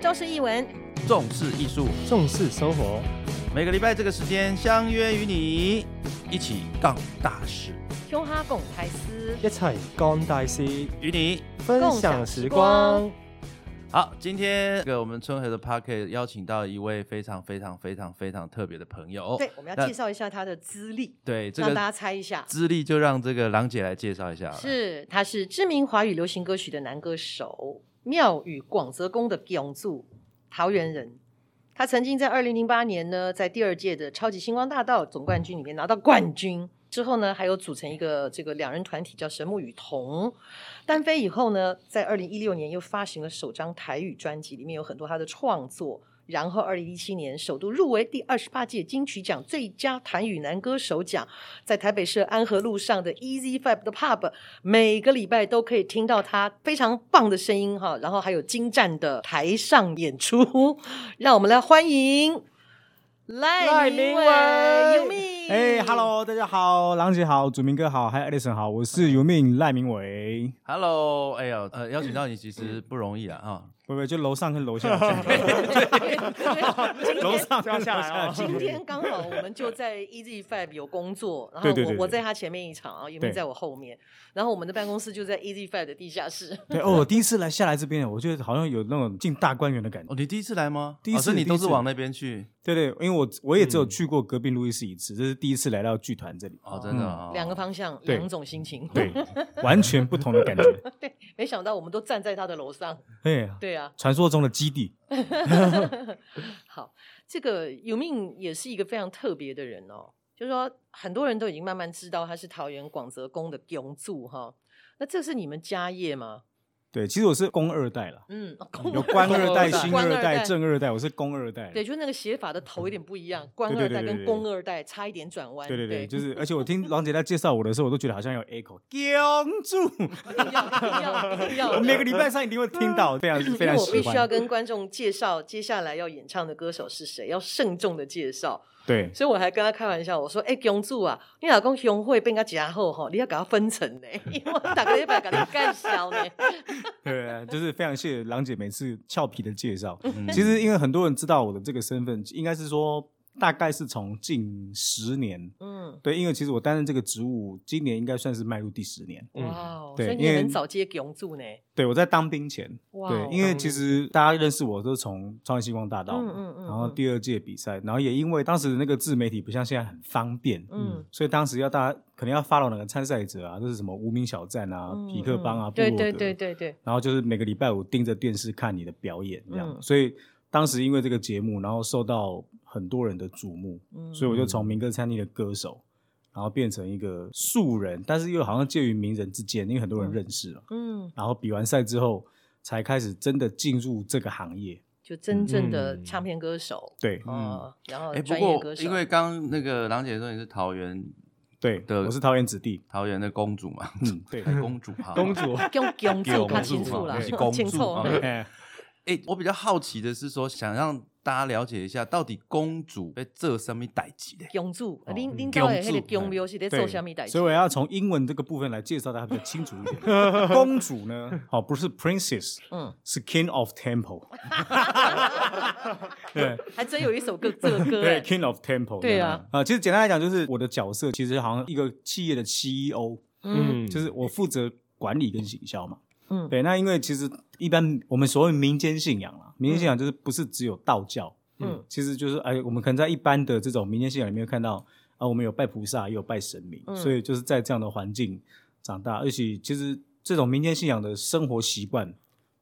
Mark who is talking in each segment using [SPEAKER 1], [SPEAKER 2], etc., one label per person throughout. [SPEAKER 1] 重视译文，
[SPEAKER 2] 重视艺术，
[SPEAKER 3] 重视生活，
[SPEAKER 2] 每个礼拜这个时间相约与你一起杠大事，
[SPEAKER 1] 胸哈拱台斯。
[SPEAKER 3] 一齊幹大事，
[SPEAKER 2] 与你
[SPEAKER 3] 分享時光。
[SPEAKER 2] 好。今天这个我们春和的 Pocket 邀请到一位非常非常非常非常特别的朋友，
[SPEAKER 1] 对，我们
[SPEAKER 2] 那
[SPEAKER 1] 要介绍一下他的资历，
[SPEAKER 2] 对这
[SPEAKER 1] 让大家
[SPEAKER 2] 个
[SPEAKER 1] 猜一下。
[SPEAKER 2] 资历就让这个郎姐来介绍一下好了。
[SPEAKER 1] 是，他是知名华语流行歌曲的男歌手，妙语广泽宫的永柱，桃园人。他曾经在二零零八年呢，在第二届的超级星光大道总冠军里面拿到冠军。之后呢，还有组成一个这个两人团体叫神木与瞳。单飞以后呢，在二零一六年又发行了首张台语专辑，里面有很多他的创作。然后二零一七年首度入围第二十八届金曲奖最佳台语男歌手奖，在台北市安和路上的 Easy Five 的 Pub，每个礼拜都可以听到他非常棒的声音哈，然后还有精湛的台上演出， 让我们来欢迎赖
[SPEAKER 3] 赖
[SPEAKER 1] 明
[SPEAKER 3] 明
[SPEAKER 1] 伟
[SPEAKER 3] 伟
[SPEAKER 1] Yumi。
[SPEAKER 4] 哎、h e l l o 大家好，郎姐好，祖明哥好，还有 Edison 好，我是尤命赖明伟。
[SPEAKER 2] Hello，哎呀，呃，邀请到你其实不容易啊，哈，
[SPEAKER 4] 喂喂，就楼上跟楼下， 楼上跟楼下。
[SPEAKER 1] 啊
[SPEAKER 4] 哦
[SPEAKER 1] 今 天刚好我们就在 Easy Five 有工作，然后
[SPEAKER 4] 对
[SPEAKER 1] 我
[SPEAKER 4] 对对对
[SPEAKER 1] 我在他前面一场啊，也没
[SPEAKER 4] 对
[SPEAKER 1] 在我后面，然后我们的办公室就在 Easy Five 的地下室。
[SPEAKER 4] 对哦，我第一次来下来这边，我觉得好像有那种进大观园的感觉。
[SPEAKER 2] 哦，你第一次来吗？
[SPEAKER 4] 第一次
[SPEAKER 2] 哦所以你
[SPEAKER 4] 第
[SPEAKER 2] 都
[SPEAKER 4] 一
[SPEAKER 2] 是
[SPEAKER 4] 次
[SPEAKER 2] 往那边去
[SPEAKER 4] 对对，因为我我也只有去过隔壁路易斯一次，这是第一次来到剧团这里，
[SPEAKER 2] 哦，真的哦，
[SPEAKER 1] 嗯两个方向，
[SPEAKER 4] 对嗯
[SPEAKER 1] 两种心情。
[SPEAKER 4] 对，完全不同的 感觉。
[SPEAKER 1] 对，没想到我们都站在他的楼 上。
[SPEAKER 4] 哎，
[SPEAKER 1] 对啊，
[SPEAKER 4] 传说中的基地，
[SPEAKER 1] 好，这个有命也是一个非常特别的人哦，就是说很多人都已经慢慢知道他是桃园广泽宫的永柱哈。那这是你们家业吗？
[SPEAKER 4] 对，其实我是公二代啦，
[SPEAKER 1] 嗯，
[SPEAKER 4] 有官二代、
[SPEAKER 1] 新
[SPEAKER 4] 星二代、正二代，我是公二代。
[SPEAKER 1] 对，就是那个写法的头有点不一样，官
[SPEAKER 4] 对
[SPEAKER 1] 二
[SPEAKER 4] 对
[SPEAKER 1] 代
[SPEAKER 4] 对
[SPEAKER 1] 跟
[SPEAKER 4] 对
[SPEAKER 1] 公二代差一点转弯。
[SPEAKER 4] 对对对，就是是，而且我听郎姐在介绍我的时候，我都觉得好像有 echo，僵住。
[SPEAKER 1] 一定要一定要一定要
[SPEAKER 4] 我每个礼拜上一定会听到，非常
[SPEAKER 1] 嗯因为
[SPEAKER 4] 非常
[SPEAKER 1] 我
[SPEAKER 4] 喜
[SPEAKER 1] 必须要
[SPEAKER 4] 欢。
[SPEAKER 1] 跟观众介绍接下来要演唱的歌手是谁，要慎重的介绍。
[SPEAKER 4] 对，
[SPEAKER 1] 所以我还跟他开玩笑，我说：“哎、欸，永柱啊，你老公熊会被人家夹后吼，你要给他分成呢，因为我打个一百给他干消呢。
[SPEAKER 4] 对，啊就是非常谢谢郎姐每次俏皮的介绍。
[SPEAKER 2] 嗯
[SPEAKER 4] 其实因为很多人知道我的这个身份，应该是说大概是从近十年。”
[SPEAKER 1] 嗯，
[SPEAKER 4] 对，因为其实我担任这个职务，今年应该算是迈入第十年。
[SPEAKER 1] 哇
[SPEAKER 3] 嗯
[SPEAKER 1] 哦，
[SPEAKER 4] 对
[SPEAKER 1] 所以你也
[SPEAKER 4] 因为
[SPEAKER 1] 很早接永柱呢。
[SPEAKER 4] 对我在当兵前，
[SPEAKER 1] 哇哦，
[SPEAKER 4] 对，因为其实大家认识我都是从《创业星光大道》
[SPEAKER 1] 嗯嗯嗯
[SPEAKER 4] 然后
[SPEAKER 1] 嗯
[SPEAKER 4] 第二届比赛，然后也因为当时那个自媒体不像现在很方便，
[SPEAKER 1] 嗯
[SPEAKER 4] 所以当时要大家可能要 follow 哪个参赛者啊，就是什么无名小站啊、
[SPEAKER 1] 嗯
[SPEAKER 4] 匹克帮啊、
[SPEAKER 1] 嗯
[SPEAKER 4] 部
[SPEAKER 1] 对
[SPEAKER 4] 落格，
[SPEAKER 1] 对对对对，
[SPEAKER 4] 然后就是每个礼拜五盯着电视看你的表演这样，
[SPEAKER 1] 嗯
[SPEAKER 4] 所以当时因为这个节目，然后受到很多人的瞩目，
[SPEAKER 1] 嗯
[SPEAKER 4] 所以我就从民歌餐厅的歌手，然后变成一个素人，但是又好像介于名人之间，因为很多人认识了。
[SPEAKER 1] 嗯，
[SPEAKER 4] 然后比完赛之后，才开始真的进入这个行业。
[SPEAKER 1] 就真正的
[SPEAKER 3] 嗯
[SPEAKER 1] 唱片歌手
[SPEAKER 4] 对，
[SPEAKER 1] 哦，然后
[SPEAKER 2] 哎，不
[SPEAKER 1] 专业歌
[SPEAKER 2] 过
[SPEAKER 1] 手，
[SPEAKER 2] 因为刚那个郎姐说你是桃园
[SPEAKER 4] 对，
[SPEAKER 2] 的
[SPEAKER 4] 我是桃园子弟。
[SPEAKER 2] 桃园的公主嘛，
[SPEAKER 4] 嗯，对，
[SPEAKER 2] 哎公主哈，
[SPEAKER 3] 公主
[SPEAKER 1] 永永
[SPEAKER 2] 给
[SPEAKER 1] 柱
[SPEAKER 2] 我们
[SPEAKER 1] 他
[SPEAKER 2] 祝
[SPEAKER 1] 清
[SPEAKER 2] 福
[SPEAKER 1] 楚了
[SPEAKER 2] 嘛不 是，公
[SPEAKER 1] 清
[SPEAKER 2] 祝
[SPEAKER 1] 楚哦
[SPEAKER 2] 啊。
[SPEAKER 4] 哎，
[SPEAKER 2] 哎、我比较好奇的是说，想让大家了解一下，到底公主被这上面逮起的。
[SPEAKER 1] 永柱，啊
[SPEAKER 4] 哦
[SPEAKER 1] 您您
[SPEAKER 2] 嗯
[SPEAKER 1] 教的那
[SPEAKER 2] 永
[SPEAKER 1] 个
[SPEAKER 2] 柱
[SPEAKER 1] 永庙是在
[SPEAKER 4] 对
[SPEAKER 1] 做什么代志？
[SPEAKER 4] 所以我要从英文这个部分来介绍大家比较清楚一点。公主呢，哦，不是 princess，
[SPEAKER 1] 嗯，
[SPEAKER 4] 是 king of temple。对
[SPEAKER 1] 还真有一首歌这个歌
[SPEAKER 4] 对
[SPEAKER 1] 哎，
[SPEAKER 4] ，king of temple。
[SPEAKER 1] 对啊，
[SPEAKER 4] 啊，其实简单来讲，就是我的角色其实好像一个企业的 CEO，
[SPEAKER 1] 嗯
[SPEAKER 4] 就是我负责管理跟行销嘛。
[SPEAKER 1] 嗯
[SPEAKER 4] 对，那因为其实一般我们所谓民间信仰啦，民间信仰就是不是只有道教，
[SPEAKER 1] 嗯
[SPEAKER 4] 其实就是哎，我们可能在一般的这种民间信仰里面看到啊，我们有拜菩萨，也有拜神明，
[SPEAKER 1] 嗯
[SPEAKER 4] 所以就是在这样的环境长大，而且其实这种民间信仰的生活习惯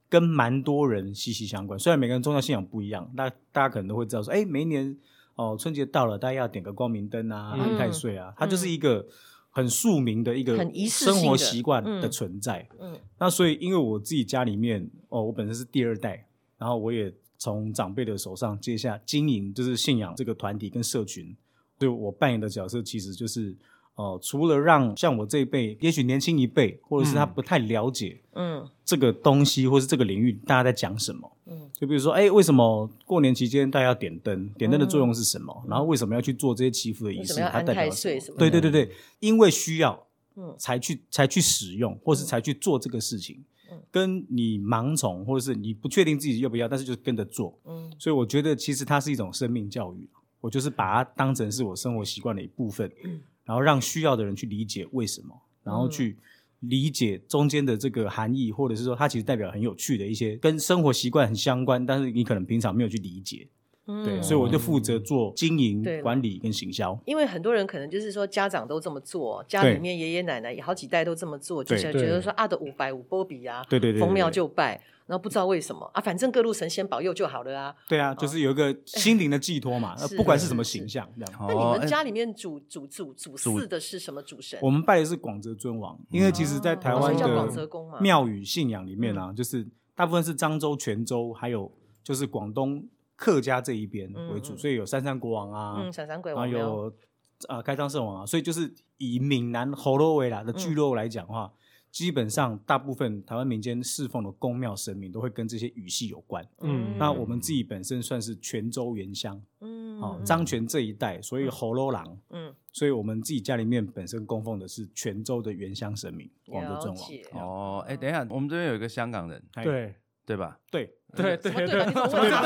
[SPEAKER 4] 跟蛮多人息息相关。虽然每个人宗教信仰不一样，那大家可能都会知道说，哎，每一年哦春节到了，大家要点个光明灯啊，
[SPEAKER 3] 嗯
[SPEAKER 4] 安太岁啊，它就是一个很庶民的一个
[SPEAKER 1] 很仪式性的
[SPEAKER 4] 生活习惯的
[SPEAKER 1] 嗯
[SPEAKER 4] 存在。
[SPEAKER 1] 嗯
[SPEAKER 4] 那所以，因为我自己家里面，哦，我本身是第二代，然后我也从长辈的手上接下经营，就是信仰这个团体跟社群，所以我扮演的角色其实就是，哦，除了让像我这一辈，也许年轻一辈，或者是他
[SPEAKER 3] 嗯
[SPEAKER 4] 不太了解
[SPEAKER 1] 嗯
[SPEAKER 4] 这个东西，或是这个领域大家在讲什么，
[SPEAKER 1] 嗯
[SPEAKER 4] 就比如说，哎，为什么过年期间大家要点灯？点灯的作用是什么？
[SPEAKER 1] 嗯
[SPEAKER 4] 然后为什么要去做这些祈福的仪
[SPEAKER 1] 为什
[SPEAKER 4] 式？
[SPEAKER 1] 么要
[SPEAKER 4] 它
[SPEAKER 1] 安
[SPEAKER 4] 代表
[SPEAKER 1] 太
[SPEAKER 4] 了什
[SPEAKER 1] 岁
[SPEAKER 4] 么
[SPEAKER 1] 什么
[SPEAKER 4] 对
[SPEAKER 1] 的
[SPEAKER 4] 对对对，因为需要
[SPEAKER 1] 嗯
[SPEAKER 4] 才去才去使用，或是
[SPEAKER 1] 嗯
[SPEAKER 4] 才去做这个事情。
[SPEAKER 1] 嗯
[SPEAKER 4] 跟你盲从或者是你不确定自己要不要，但是就跟着做。
[SPEAKER 1] 嗯
[SPEAKER 4] 所以我觉得其实它是一种生命教育，我就是把它当成是我生活习惯的一部分，
[SPEAKER 1] 嗯
[SPEAKER 4] 然后让需要的人去理解为什么，然后去理解中间的这个含义，或者是说它其实代表很有趣的一些跟生活习惯很相关，但是你可能平常没有去理解。
[SPEAKER 1] 嗯
[SPEAKER 4] 对，啊所以我就负责做经营
[SPEAKER 1] 对、了
[SPEAKER 4] 管理跟行销。
[SPEAKER 1] 因为很多人可能就是说家长都这么做，家里
[SPEAKER 4] 对
[SPEAKER 1] 面爷爷奶奶也好几代都这么做，就
[SPEAKER 4] 对
[SPEAKER 1] 是
[SPEAKER 4] 对
[SPEAKER 1] 觉得说啊的五百五波比啊，
[SPEAKER 4] 对对对对
[SPEAKER 1] 逢庙
[SPEAKER 4] 对
[SPEAKER 1] 就拜，然后不知道为什么啊，反正各路神仙保佑就好了啊。
[SPEAKER 4] 对啊，就是有一个心灵的寄 托嘛，呃
[SPEAKER 1] 是
[SPEAKER 4] 不管是什么
[SPEAKER 1] 是
[SPEAKER 4] 形象这样。
[SPEAKER 1] 那你
[SPEAKER 2] 哦
[SPEAKER 1] 们
[SPEAKER 2] 哎
[SPEAKER 1] 家里面主主主主
[SPEAKER 2] 主
[SPEAKER 1] 祀的是什么主神？
[SPEAKER 4] 我们拜的是广泽尊王，因为其实，在台
[SPEAKER 1] 哦所
[SPEAKER 4] 湾
[SPEAKER 1] 以叫广泽
[SPEAKER 4] 的
[SPEAKER 1] 宫嘛，
[SPEAKER 4] 庙宇信仰里面
[SPEAKER 1] 嗯
[SPEAKER 4] 啊，就是大部分是漳州、泉州，还有就是广东客家这一边为
[SPEAKER 1] 嗯嗯
[SPEAKER 4] 主，所以有三山国王啊
[SPEAKER 1] 嗯，，闪闪鬼
[SPEAKER 4] 然后
[SPEAKER 1] 王庙，
[SPEAKER 4] 有啊开漳圣王啊，所以就是以闽南喉咙为啦的
[SPEAKER 1] 嗯
[SPEAKER 4] 聚落来讲的话，基本上大部分台湾民间侍奉的宫庙神明都会跟这些语系有关。
[SPEAKER 3] 嗯
[SPEAKER 4] 那我们自己本身算是泉州原乡，
[SPEAKER 1] 嗯
[SPEAKER 4] 哦，漳泉这一带，所以喉咙郎。
[SPEAKER 1] 嗯
[SPEAKER 4] 所以我们自己家里面本身供奉的是泉州的原乡神明广德
[SPEAKER 1] 了
[SPEAKER 4] 尊
[SPEAKER 1] 解
[SPEAKER 4] 王。哦，
[SPEAKER 2] 哦，哎，等一下，我们这边有一个香港人，
[SPEAKER 4] 嗨，
[SPEAKER 3] 对
[SPEAKER 2] 对吧？
[SPEAKER 4] 对
[SPEAKER 3] 对对
[SPEAKER 1] 什么
[SPEAKER 3] 对
[SPEAKER 1] 对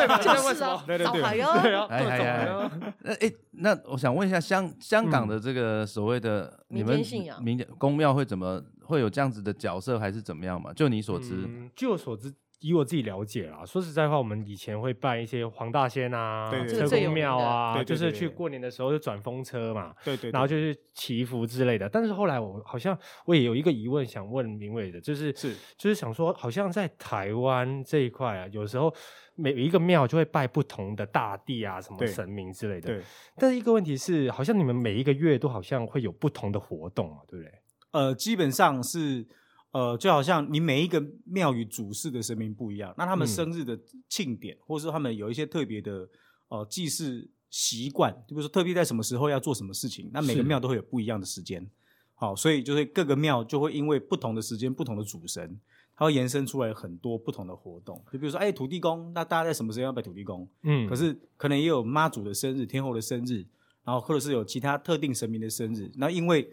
[SPEAKER 1] 吧？你怎么问啊就
[SPEAKER 3] 对对吧？你在问
[SPEAKER 1] 是
[SPEAKER 3] 什
[SPEAKER 1] 啊
[SPEAKER 3] 么？，
[SPEAKER 4] 对对对
[SPEAKER 1] 好
[SPEAKER 3] 对
[SPEAKER 1] 哟，
[SPEAKER 3] 啊，
[SPEAKER 2] 哎
[SPEAKER 3] 各种
[SPEAKER 2] 哎
[SPEAKER 3] 的。
[SPEAKER 2] 那哎，那我想问一下，香香港的这个所谓的你
[SPEAKER 1] 民
[SPEAKER 2] 们
[SPEAKER 1] 间信仰
[SPEAKER 2] 民间公庙会怎么会有这样子的角色，还是怎么样嘛？就你所知，
[SPEAKER 3] 嗯据我所知，以我自己了解啦，说实在话，我们以前会拜一些黄大仙啊
[SPEAKER 4] 对、对
[SPEAKER 3] 车
[SPEAKER 4] 这个
[SPEAKER 1] 最有
[SPEAKER 3] 公庙啊，
[SPEAKER 4] 名的对
[SPEAKER 3] 就
[SPEAKER 4] 对
[SPEAKER 3] 是
[SPEAKER 4] 对对
[SPEAKER 3] 去过年的时候就转风车嘛，
[SPEAKER 4] 对对，
[SPEAKER 3] 然后就是祈福之类的。但是后来我好像我也有一个疑问想问明伟的，就是
[SPEAKER 4] 是
[SPEAKER 3] 就是想说，好像在台湾这一块啊，有时候每一个庙就会拜不同的大帝啊、什么
[SPEAKER 4] 对
[SPEAKER 3] 神明之类的。
[SPEAKER 4] 对，
[SPEAKER 3] 但是一个问题是，好像你们每一个月都好像会有不同的活动嘛，对不对？
[SPEAKER 4] 呃，基本上是呃，就好像你每一个庙宇主事的神明不一样，那他们
[SPEAKER 3] 嗯
[SPEAKER 4] 生日的庆典，或者说他们有一些特别的呃祭祀习惯，就比如说特别在什么时候要做什么事情，那每个
[SPEAKER 3] 是
[SPEAKER 4] 庙都会有不一样的时间。好，所以就是各个庙就会因为不同的时间、不同的主神，它会延伸出来很多不同的活动。就比如说，哎，土地公，那大家在什么时间要拜土地公？
[SPEAKER 3] 嗯
[SPEAKER 4] 可是可能也有妈祖的生日、天后的生日，然后或者是有其他特定神明的生日。那因为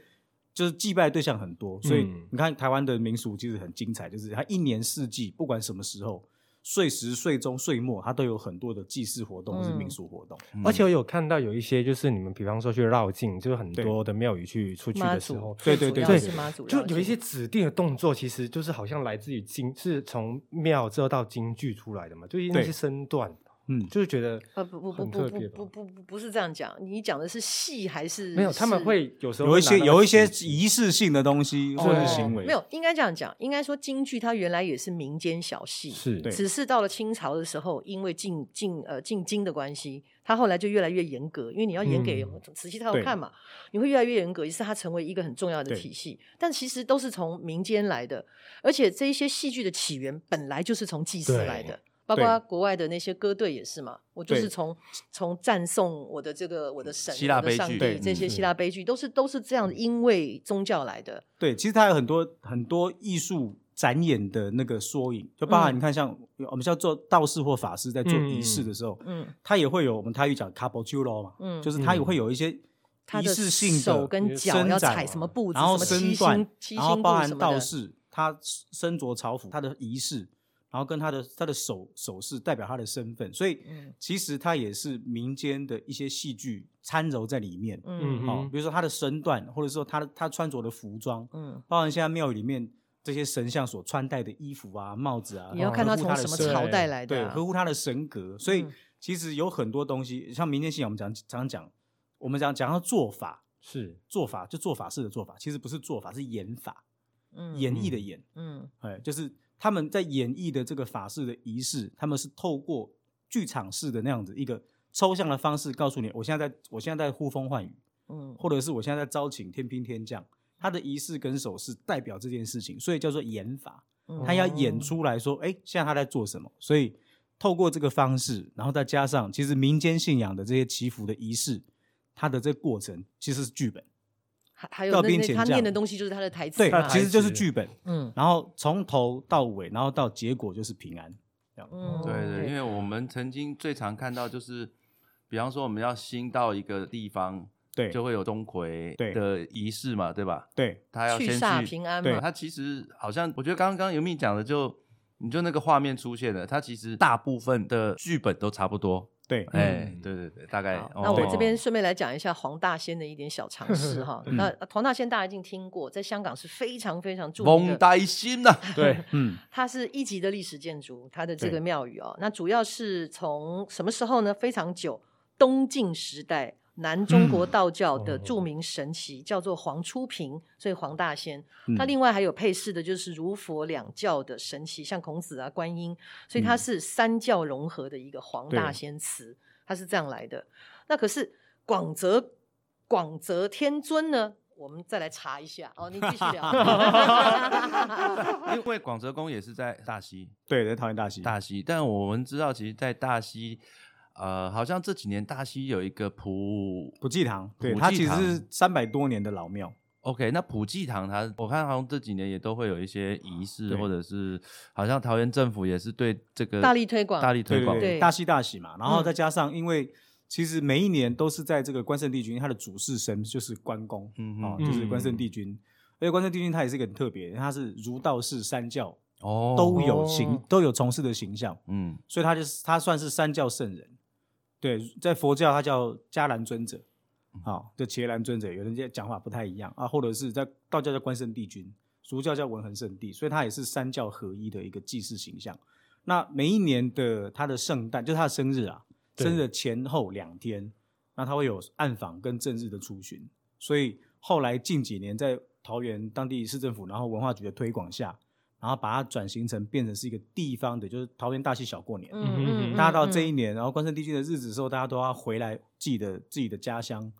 [SPEAKER 4] 就是祭拜对象很多，所以
[SPEAKER 3] 嗯
[SPEAKER 4] 你看台湾的民俗其实很精彩，就是它一年四季，不管什么时候，岁时、岁中、岁末，它都有很多的祭祀活动或是民俗活动。
[SPEAKER 2] 嗯
[SPEAKER 3] 而且我有看到有一些，就是你们比方说去绕境，就是很
[SPEAKER 4] 对
[SPEAKER 3] 多的庙宇去出去
[SPEAKER 1] 妈
[SPEAKER 3] 的时
[SPEAKER 1] 祖
[SPEAKER 3] 候，，
[SPEAKER 1] 最
[SPEAKER 4] 对对
[SPEAKER 1] 主要
[SPEAKER 3] 对
[SPEAKER 1] 是妈祖了解，
[SPEAKER 3] 就有一些指定的动作，其实就是好像来自于京，是从庙之后到京剧出来的嘛，就是那
[SPEAKER 4] 对
[SPEAKER 3] 些身段，
[SPEAKER 4] 嗯，
[SPEAKER 3] 就是觉得
[SPEAKER 1] 呃不不不
[SPEAKER 3] 很
[SPEAKER 1] 不
[SPEAKER 3] 特
[SPEAKER 1] 不
[SPEAKER 3] 别
[SPEAKER 1] 不
[SPEAKER 3] 吧
[SPEAKER 1] 不不不是这样讲，你讲的是戏还是
[SPEAKER 3] 没有，他们
[SPEAKER 1] 是
[SPEAKER 3] 会有时候
[SPEAKER 4] 有一些
[SPEAKER 3] 会拿那个
[SPEAKER 4] 有一些
[SPEAKER 3] 纸巾
[SPEAKER 4] 仪式性的东西或者
[SPEAKER 3] 对
[SPEAKER 4] 是行为，
[SPEAKER 1] 没有，应该这样讲，应该说京剧它原来也是民间小戏，
[SPEAKER 3] 是
[SPEAKER 4] 对
[SPEAKER 1] 只是到了清朝的时候，因为进进呃进京的关系，它后来就越来越严格，因为你要演给
[SPEAKER 3] 嗯
[SPEAKER 1] 慈禧太后看嘛，你会越来越严格，于是它成为一个很重要的
[SPEAKER 4] 对
[SPEAKER 1] 体系。但其实都是从民间来的，而且这一些戏剧的起源本来就是从祭祀
[SPEAKER 3] 对
[SPEAKER 1] 来的。包
[SPEAKER 4] 对
[SPEAKER 1] 括国外的那些歌队也是嘛，我就
[SPEAKER 4] 对
[SPEAKER 1] 是从从赞颂我的这个我的神、
[SPEAKER 2] 希腊
[SPEAKER 1] 我的
[SPEAKER 2] 悲
[SPEAKER 1] 上
[SPEAKER 2] 剧
[SPEAKER 1] 帝
[SPEAKER 2] 对
[SPEAKER 1] 这些
[SPEAKER 3] 嗯
[SPEAKER 1] 希腊悲剧都是都是这样，因为宗教来的。
[SPEAKER 4] 对，其实它有很多很多艺术展演的那个缩影，就包
[SPEAKER 1] 嗯
[SPEAKER 4] 含你看像，我们像做道士或法师在做
[SPEAKER 3] 嗯
[SPEAKER 4] 仪式的时候，
[SPEAKER 1] 嗯
[SPEAKER 4] 它也会有我们泰语讲 c a p o c h u r o 嘛，
[SPEAKER 1] 嗯，
[SPEAKER 4] 就是它也
[SPEAKER 3] 嗯
[SPEAKER 4] 会有一些
[SPEAKER 1] 他
[SPEAKER 4] 仪
[SPEAKER 1] 的
[SPEAKER 4] 式性的
[SPEAKER 1] 手跟脚要
[SPEAKER 4] 伸展
[SPEAKER 1] 踩什么步子，
[SPEAKER 4] 然后
[SPEAKER 1] 什么
[SPEAKER 4] 身
[SPEAKER 1] 七
[SPEAKER 4] 段
[SPEAKER 1] 星，七
[SPEAKER 4] 然后
[SPEAKER 1] 星
[SPEAKER 4] 包
[SPEAKER 1] 步
[SPEAKER 4] 含
[SPEAKER 1] 什么
[SPEAKER 4] 道
[SPEAKER 1] 的，
[SPEAKER 4] 士他身着朝服，他的仪式，然后跟他的他的手手势代表他的身份，所以
[SPEAKER 1] 嗯
[SPEAKER 4] 其实它也是民间的一些戏剧掺揉在里面。
[SPEAKER 1] 嗯
[SPEAKER 3] 嗯
[SPEAKER 4] 哦，比如说他的身段，或者说他的他穿着的服装，
[SPEAKER 1] 嗯，
[SPEAKER 4] 包含现在庙宇里面这些神像所穿戴的衣服啊、帽子啊，
[SPEAKER 1] 也要看
[SPEAKER 4] 呵
[SPEAKER 1] 他
[SPEAKER 4] 护
[SPEAKER 1] 从
[SPEAKER 4] 的
[SPEAKER 1] 什么
[SPEAKER 4] 神
[SPEAKER 1] 朝代来
[SPEAKER 4] 对，
[SPEAKER 1] 的啊，
[SPEAKER 4] 呵护他的神格。所以
[SPEAKER 1] 嗯
[SPEAKER 4] 其实有很多东西，像民间信仰，我们讲常讲，我们讲讲到做法，
[SPEAKER 3] 是
[SPEAKER 4] 做法就做法事的做法，其实不是做法，是演法，
[SPEAKER 1] 嗯
[SPEAKER 4] 演绎的演，
[SPEAKER 1] 嗯
[SPEAKER 4] 哎，就是他们在演绎的这个法事的仪式，他们是透过剧场式的那样子一个抽象的方式，告诉你，我现在在我现在在呼风唤雨，
[SPEAKER 1] 嗯
[SPEAKER 4] 或者是我现在在招请天兵天将，他的仪式跟手势代表这件事情，所以叫做演法。
[SPEAKER 1] 嗯，
[SPEAKER 4] 他要
[SPEAKER 2] 哦
[SPEAKER 4] 演出来说，哎、现在他在做什么？所以透过这个方式，然后再加上其实民间信仰的这些祈福的仪式，它的这个过程其实是剧本，
[SPEAKER 1] 还还有
[SPEAKER 4] 道
[SPEAKER 1] 那
[SPEAKER 4] 边
[SPEAKER 1] 那
[SPEAKER 4] 前
[SPEAKER 1] 他
[SPEAKER 4] 将
[SPEAKER 1] 念的东西就是他的台词
[SPEAKER 4] 对
[SPEAKER 1] 嘛，，
[SPEAKER 4] 其
[SPEAKER 3] 台
[SPEAKER 4] 实就是
[SPEAKER 3] 词
[SPEAKER 4] 剧本。
[SPEAKER 1] 嗯
[SPEAKER 4] 然后从头到尾，然后到结果就是平安。
[SPEAKER 1] 嗯，
[SPEAKER 2] 对对，因为我们曾经最常看到就是，比方说我们要新到一个地方，
[SPEAKER 4] 对
[SPEAKER 2] 就会有钟馗
[SPEAKER 4] 对
[SPEAKER 2] 的仪式嘛，对吧？
[SPEAKER 4] 对
[SPEAKER 2] 他要
[SPEAKER 1] 去
[SPEAKER 2] 先
[SPEAKER 1] 煞平安
[SPEAKER 4] 对
[SPEAKER 1] 嘛，
[SPEAKER 2] 他其实好像，我觉得刚刚尤米讲的就。你就那个画面出现了，它其实大部分的剧本都差不多，
[SPEAKER 4] 对，
[SPEAKER 2] 哎、
[SPEAKER 3] 嗯
[SPEAKER 2] 对对对，大概。
[SPEAKER 1] 好那我
[SPEAKER 2] 哦
[SPEAKER 1] 这边顺便来讲一下黄大仙的一点小常 识哈。
[SPEAKER 4] 嗯
[SPEAKER 1] 那呃黄大仙大家一定听过，在香港是非常非常著名
[SPEAKER 2] 蒙
[SPEAKER 1] 的，
[SPEAKER 2] 呆心 呐、
[SPEAKER 3] 对，
[SPEAKER 4] 嗯，
[SPEAKER 1] 它是一级的历史建筑，它的这
[SPEAKER 4] 对
[SPEAKER 1] 个庙宇哦，那主要是从什么时候呢？非常久，东晋时代。南中国道教的
[SPEAKER 4] 哦
[SPEAKER 3] 嗯
[SPEAKER 1] 著名神祇、叫做黄初平，所以黄大仙。
[SPEAKER 4] 嗯
[SPEAKER 1] 它另外还有配饰的，就是儒佛两教的神奇，像孔子啊、观音，所以它
[SPEAKER 4] 嗯
[SPEAKER 1] 是三教融合的一个黄大
[SPEAKER 4] 对
[SPEAKER 1] 仙祠，它是这样来的。那可是广泽广泽天尊呢？我们再来查一下哦，你继续聊。
[SPEAKER 2] 因为广泽宫也是在大溪，
[SPEAKER 4] 对，在桃园大溪，
[SPEAKER 2] 大溪，但我们知道，其实，在大溪，呃，好像这几年大溪有一个普
[SPEAKER 4] 普济堂，对，
[SPEAKER 2] 普
[SPEAKER 4] 它
[SPEAKER 2] 济
[SPEAKER 4] 其实
[SPEAKER 2] 堂
[SPEAKER 4] 是三百多年的老庙，
[SPEAKER 2] OK，那普济堂它，我看好像这几年也都会有一些仪式，
[SPEAKER 4] 对
[SPEAKER 2] 或者是好像桃园政府也是对这个
[SPEAKER 1] 大力推广
[SPEAKER 2] 大力推
[SPEAKER 4] 对
[SPEAKER 2] 广。
[SPEAKER 4] 对
[SPEAKER 1] 对
[SPEAKER 4] 对，嗯大喜大喜嘛。然后再加上，因为其实每一年都是在这个关圣帝君，他的主事神就是关公，
[SPEAKER 2] 嗯
[SPEAKER 4] 哦，
[SPEAKER 2] 嗯
[SPEAKER 4] 就是关圣
[SPEAKER 3] 嗯
[SPEAKER 4] 帝君。而且关圣帝君他也是一个很特别，他是儒道释三教
[SPEAKER 2] 哦，
[SPEAKER 4] 都有形、
[SPEAKER 1] 哦
[SPEAKER 4] 都有从事的形象，
[SPEAKER 2] 嗯
[SPEAKER 4] 所以他就是他算是三教圣人。对，在佛教他叫迦兰尊者，好、就伽蓝尊者，有人家讲法不太一样啊，或者是在道教叫关圣帝君，儒教叫文衡圣帝，所以他也是三教合一的一个祭祀形象。那每一年的他的圣诞，就是他的生日啊，
[SPEAKER 3] 对
[SPEAKER 4] 生日的前后两天，那他会有暗访跟正日的出巡，所以后来近几年在桃园当地市政府，然后文化局的推广下，然后把它转型成变成是一个地方的，就是桃园大戏小过年，
[SPEAKER 3] 嗯
[SPEAKER 4] 大家到这
[SPEAKER 1] 嗯
[SPEAKER 4] 一年，然后关圣帝君的日子的时候，大家都要回来自己的自己的家乡，